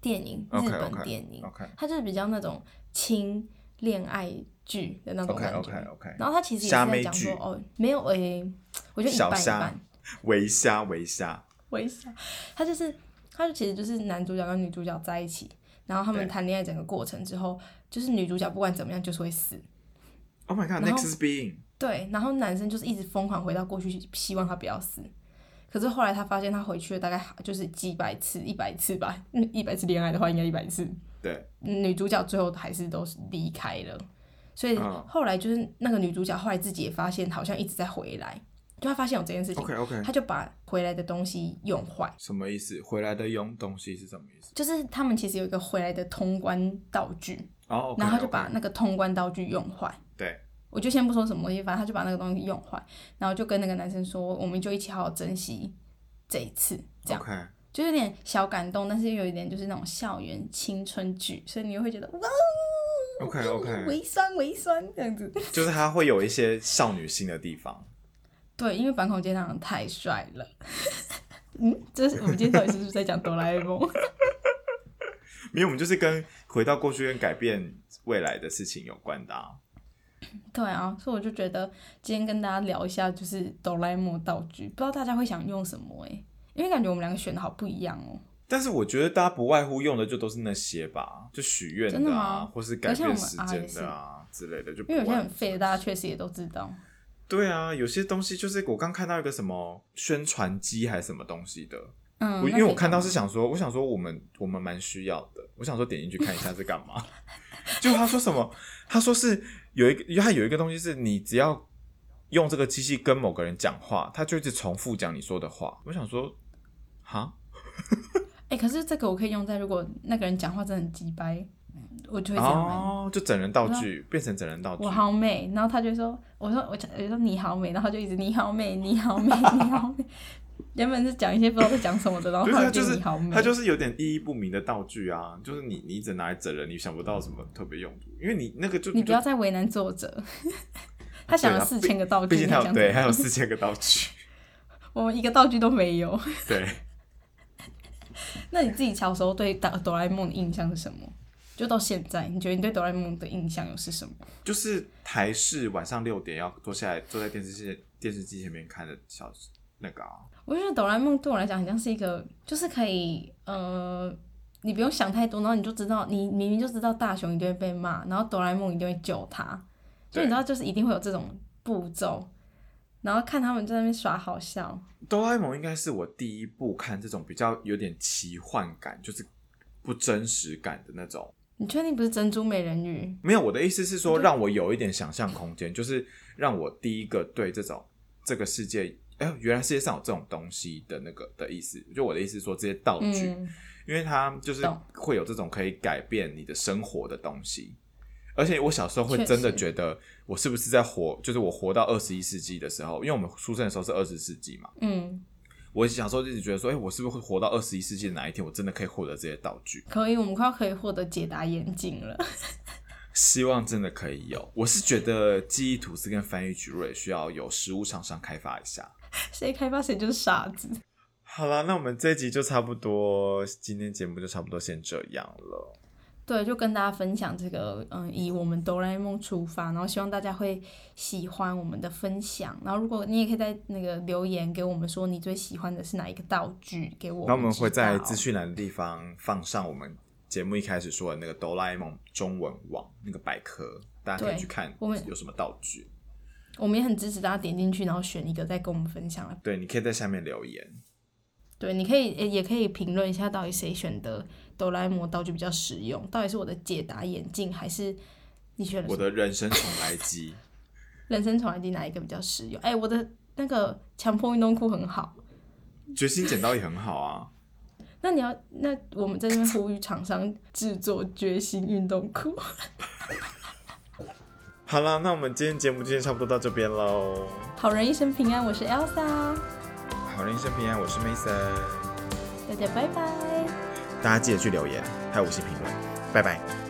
Speaker 1: 电影，
Speaker 2: OK，
Speaker 1: 日本
Speaker 2: OK，哦
Speaker 1: 电影，
Speaker 2: ？OK
Speaker 1: 它就是比较那种轻恋爱剧的那种
Speaker 2: OK
Speaker 1: 感觉。
Speaker 2: OK OK，
Speaker 1: 然后它其实也
Speaker 2: 虾
Speaker 1: 是在
Speaker 2: 妹
Speaker 1: 讲
Speaker 2: 剧
Speaker 1: 说，哦，没有诶、我觉得一
Speaker 2: 小
Speaker 1: 半一
Speaker 2: 虾
Speaker 1: 半。
Speaker 2: 微虾微虾，
Speaker 1: 微笑，它就是，它就其实就是男主角跟女主角在一起，然后他们
Speaker 2: 对
Speaker 1: 谈恋爱整个过程之后，就是女主角不管怎么样就是会死，
Speaker 2: Oh my
Speaker 1: 然后
Speaker 2: God，Next is being，
Speaker 1: 对，然后男生就是一直疯狂回到过去，希望她不要死。可是后来他发现他回去了大概就是几百次，一百次吧，嗯一百次恋爱的话应该一百次。嗯
Speaker 2: 对，
Speaker 1: 女主角最后还是都是离开了，所以
Speaker 2: 嗯
Speaker 1: 后来就是那个女主角后来自己也发现好像一直在回来，就她发现有这件事情
Speaker 2: OK OK，
Speaker 1: 她就把回来的东西用坏。
Speaker 2: 什么意思？回来的用东西是什么意思？
Speaker 1: 就是他们其实有一个回来的通关道具，
Speaker 2: 哦，OK，OK，
Speaker 1: 然后他就把那个通关道具用坏。
Speaker 2: 对
Speaker 1: 我就先不说什么东西，反正他就把那个东西用坏，然后就跟那个男生说，我们就一起好好珍惜这一次，这样
Speaker 2: OK，
Speaker 1: 就有点小感动，但是又有一点就是那种校园青春剧，所以你又会觉得哇
Speaker 2: OK，OK
Speaker 1: 微酸微酸这样
Speaker 2: *laughs*
Speaker 1: 子。
Speaker 2: 就是他会有一些少女心的地方。
Speaker 1: 对，因为坂口健太郎太帅了。 *laughs* 嗯，这是我们今天到底是不是在讲哆啦 A 梦？ *laughs*
Speaker 2: 因为我们就是跟回到过去跟改变未来的事情有关的、啊。
Speaker 1: 对啊，所以我就觉得今天跟大家聊一下，就是哆啦 A 梦道具，不知道大家会想用什么诶、因为感觉我们两个选的好不一样哦、
Speaker 2: 但是我觉得大家不外乎用的就都是那些吧，就许愿
Speaker 1: 真的
Speaker 2: 啊，
Speaker 1: 吗
Speaker 2: 或是改变时间的啊之类的，就不
Speaker 1: 因为有些
Speaker 2: 外
Speaker 1: 很废的，大家确实也都知道。
Speaker 2: 对啊，有些东西就是我刚看到一个什么宣传机还是什么东西的，
Speaker 1: 嗯，那
Speaker 2: 我因为
Speaker 1: 可
Speaker 2: 我
Speaker 1: 以
Speaker 2: 看到
Speaker 1: 讲
Speaker 2: 是想说，我想说我们我们蛮需要的，我想说点进去看一下是干嘛。 *laughs* 就他说什么？他说是有一个，因为他有一个东西是你只要用这个机器跟某个人讲话，他就一直重复讲你说的话。我想说，哈，
Speaker 1: 哎、可是这个我可以用在如果那个人讲话真的很鸡掰，我就会这样买。
Speaker 2: 哦，就整人道具变成整人道具
Speaker 1: 我，好美，然后他就说，我说我就我就说你好美，然后他就一直你好美，你好美，你好美，原本是讲一些不知道在讲什么的，然后
Speaker 2: 对，
Speaker 1: 突
Speaker 2: 它
Speaker 1: 然
Speaker 2: 就
Speaker 1: 变
Speaker 2: 是
Speaker 1: 你好美，
Speaker 2: 它就是有点意义不明的道具啊，就是你你只能拿来整人，你想不到什么特别用途，因为你那个就
Speaker 1: 你不要
Speaker 2: 就
Speaker 1: 再为难作
Speaker 2: *laughs*
Speaker 1: 者。他想了
Speaker 2: 对啊
Speaker 1: 四千个道具，
Speaker 2: 啊毕竟
Speaker 1: 你
Speaker 2: 它
Speaker 1: 想
Speaker 2: 有对，
Speaker 1: 怎么
Speaker 2: 还有四千个道具，
Speaker 1: *laughs* 我们一个道具都没有。 *laughs*
Speaker 2: 对。
Speaker 1: 那你自己小时候对哆哆啦 A 梦的印象是什么？就到现在，你觉得你对哆啦 A 梦的印象又是什么？
Speaker 2: 就是台视晚上六点要坐下来坐在电视机电视机前面看的小那个啊，
Speaker 1: 我觉得哆啦 A 梦对我来讲，很像是一个，就是可以，呃，你不用想太多，然后你就知道，你明明就知道大雄一定会被骂，然后哆啦 A 梦一定会救他，就
Speaker 2: 对
Speaker 1: 你知道，就是一定会有这种步骤，然后看他们在那边耍好笑，
Speaker 2: 哆啦 A 梦应该是我第一部看这种比较有点奇幻感，就是不真实感的那种。
Speaker 1: 你确定不是珍珠美人鱼？
Speaker 2: 没有，我的意思是说，让我有一点想象空间，就是让我第一个对这种这个世界，哎，原来世界上有这种东西的那个的意思。就我的意思是说，这些道具，
Speaker 1: 嗯，
Speaker 2: 因为它就是
Speaker 1: 懂
Speaker 2: 会有这种可以改变你的生活的东西。而且我小时候会
Speaker 1: 确
Speaker 2: 真的
Speaker 1: 实
Speaker 2: 觉得，我是不是在活，就是我活到二十一世纪的时候，因为我们出生的时候是二十世纪嘛，
Speaker 1: 嗯，
Speaker 2: 我小时候就一直觉得说，哎、我是不是会活到二十一世纪的哪一天，我真的可以获得这些道具？
Speaker 1: 可以，我们快要可以获得解答眼镜了。 *laughs*
Speaker 2: 希望真的可以有。我是觉得记忆吐司跟翻译曲瑞需要有实物厂商开发一下。
Speaker 1: 谁开发谁就是傻子。
Speaker 2: 好啦，那我们这一集就差不多，今天节目就差不多先这样了。
Speaker 1: 对，就跟大家分享这个，嗯，以我们哆啦 A 梦出发，然后希望大家会喜欢我们的分享。然后，如果你也可以在那个留言给我们说你最喜欢的是哪一个道具，给我们知道。
Speaker 2: 那我们会在资讯栏的地方放上我们节目一开始说的那个哆啦 A 梦中文网那个百科，大家可以
Speaker 1: 对
Speaker 2: 去看
Speaker 1: 我们
Speaker 2: 有什么道具。
Speaker 1: 我们也很支持大家点进去，然后选一个再跟我们分享。
Speaker 2: 对，你可以在下面留言。
Speaker 1: 对，你可以也也可以评论一下，到底谁选的哆啦 A 梦道具比较实用？到底是我的解答眼镜，还是你选的
Speaker 2: 我
Speaker 1: 什么
Speaker 2: 的人生重来机，
Speaker 1: 人生重来机哪一个比较实用？哎、我的那个强迫运动裤很好。
Speaker 2: 决心剪刀也很好啊。
Speaker 1: 那你要，那我们在这边呼吁厂商制作决心运动裤。
Speaker 2: 好啦，那我们今天节目今天差不多到这边喽。
Speaker 1: 好人一生平安，我是 Elsa，
Speaker 2: 好人一生平安，我是 Mason，
Speaker 1: 大家拜拜。
Speaker 2: 大家记得去留言，还有五星评论，拜拜。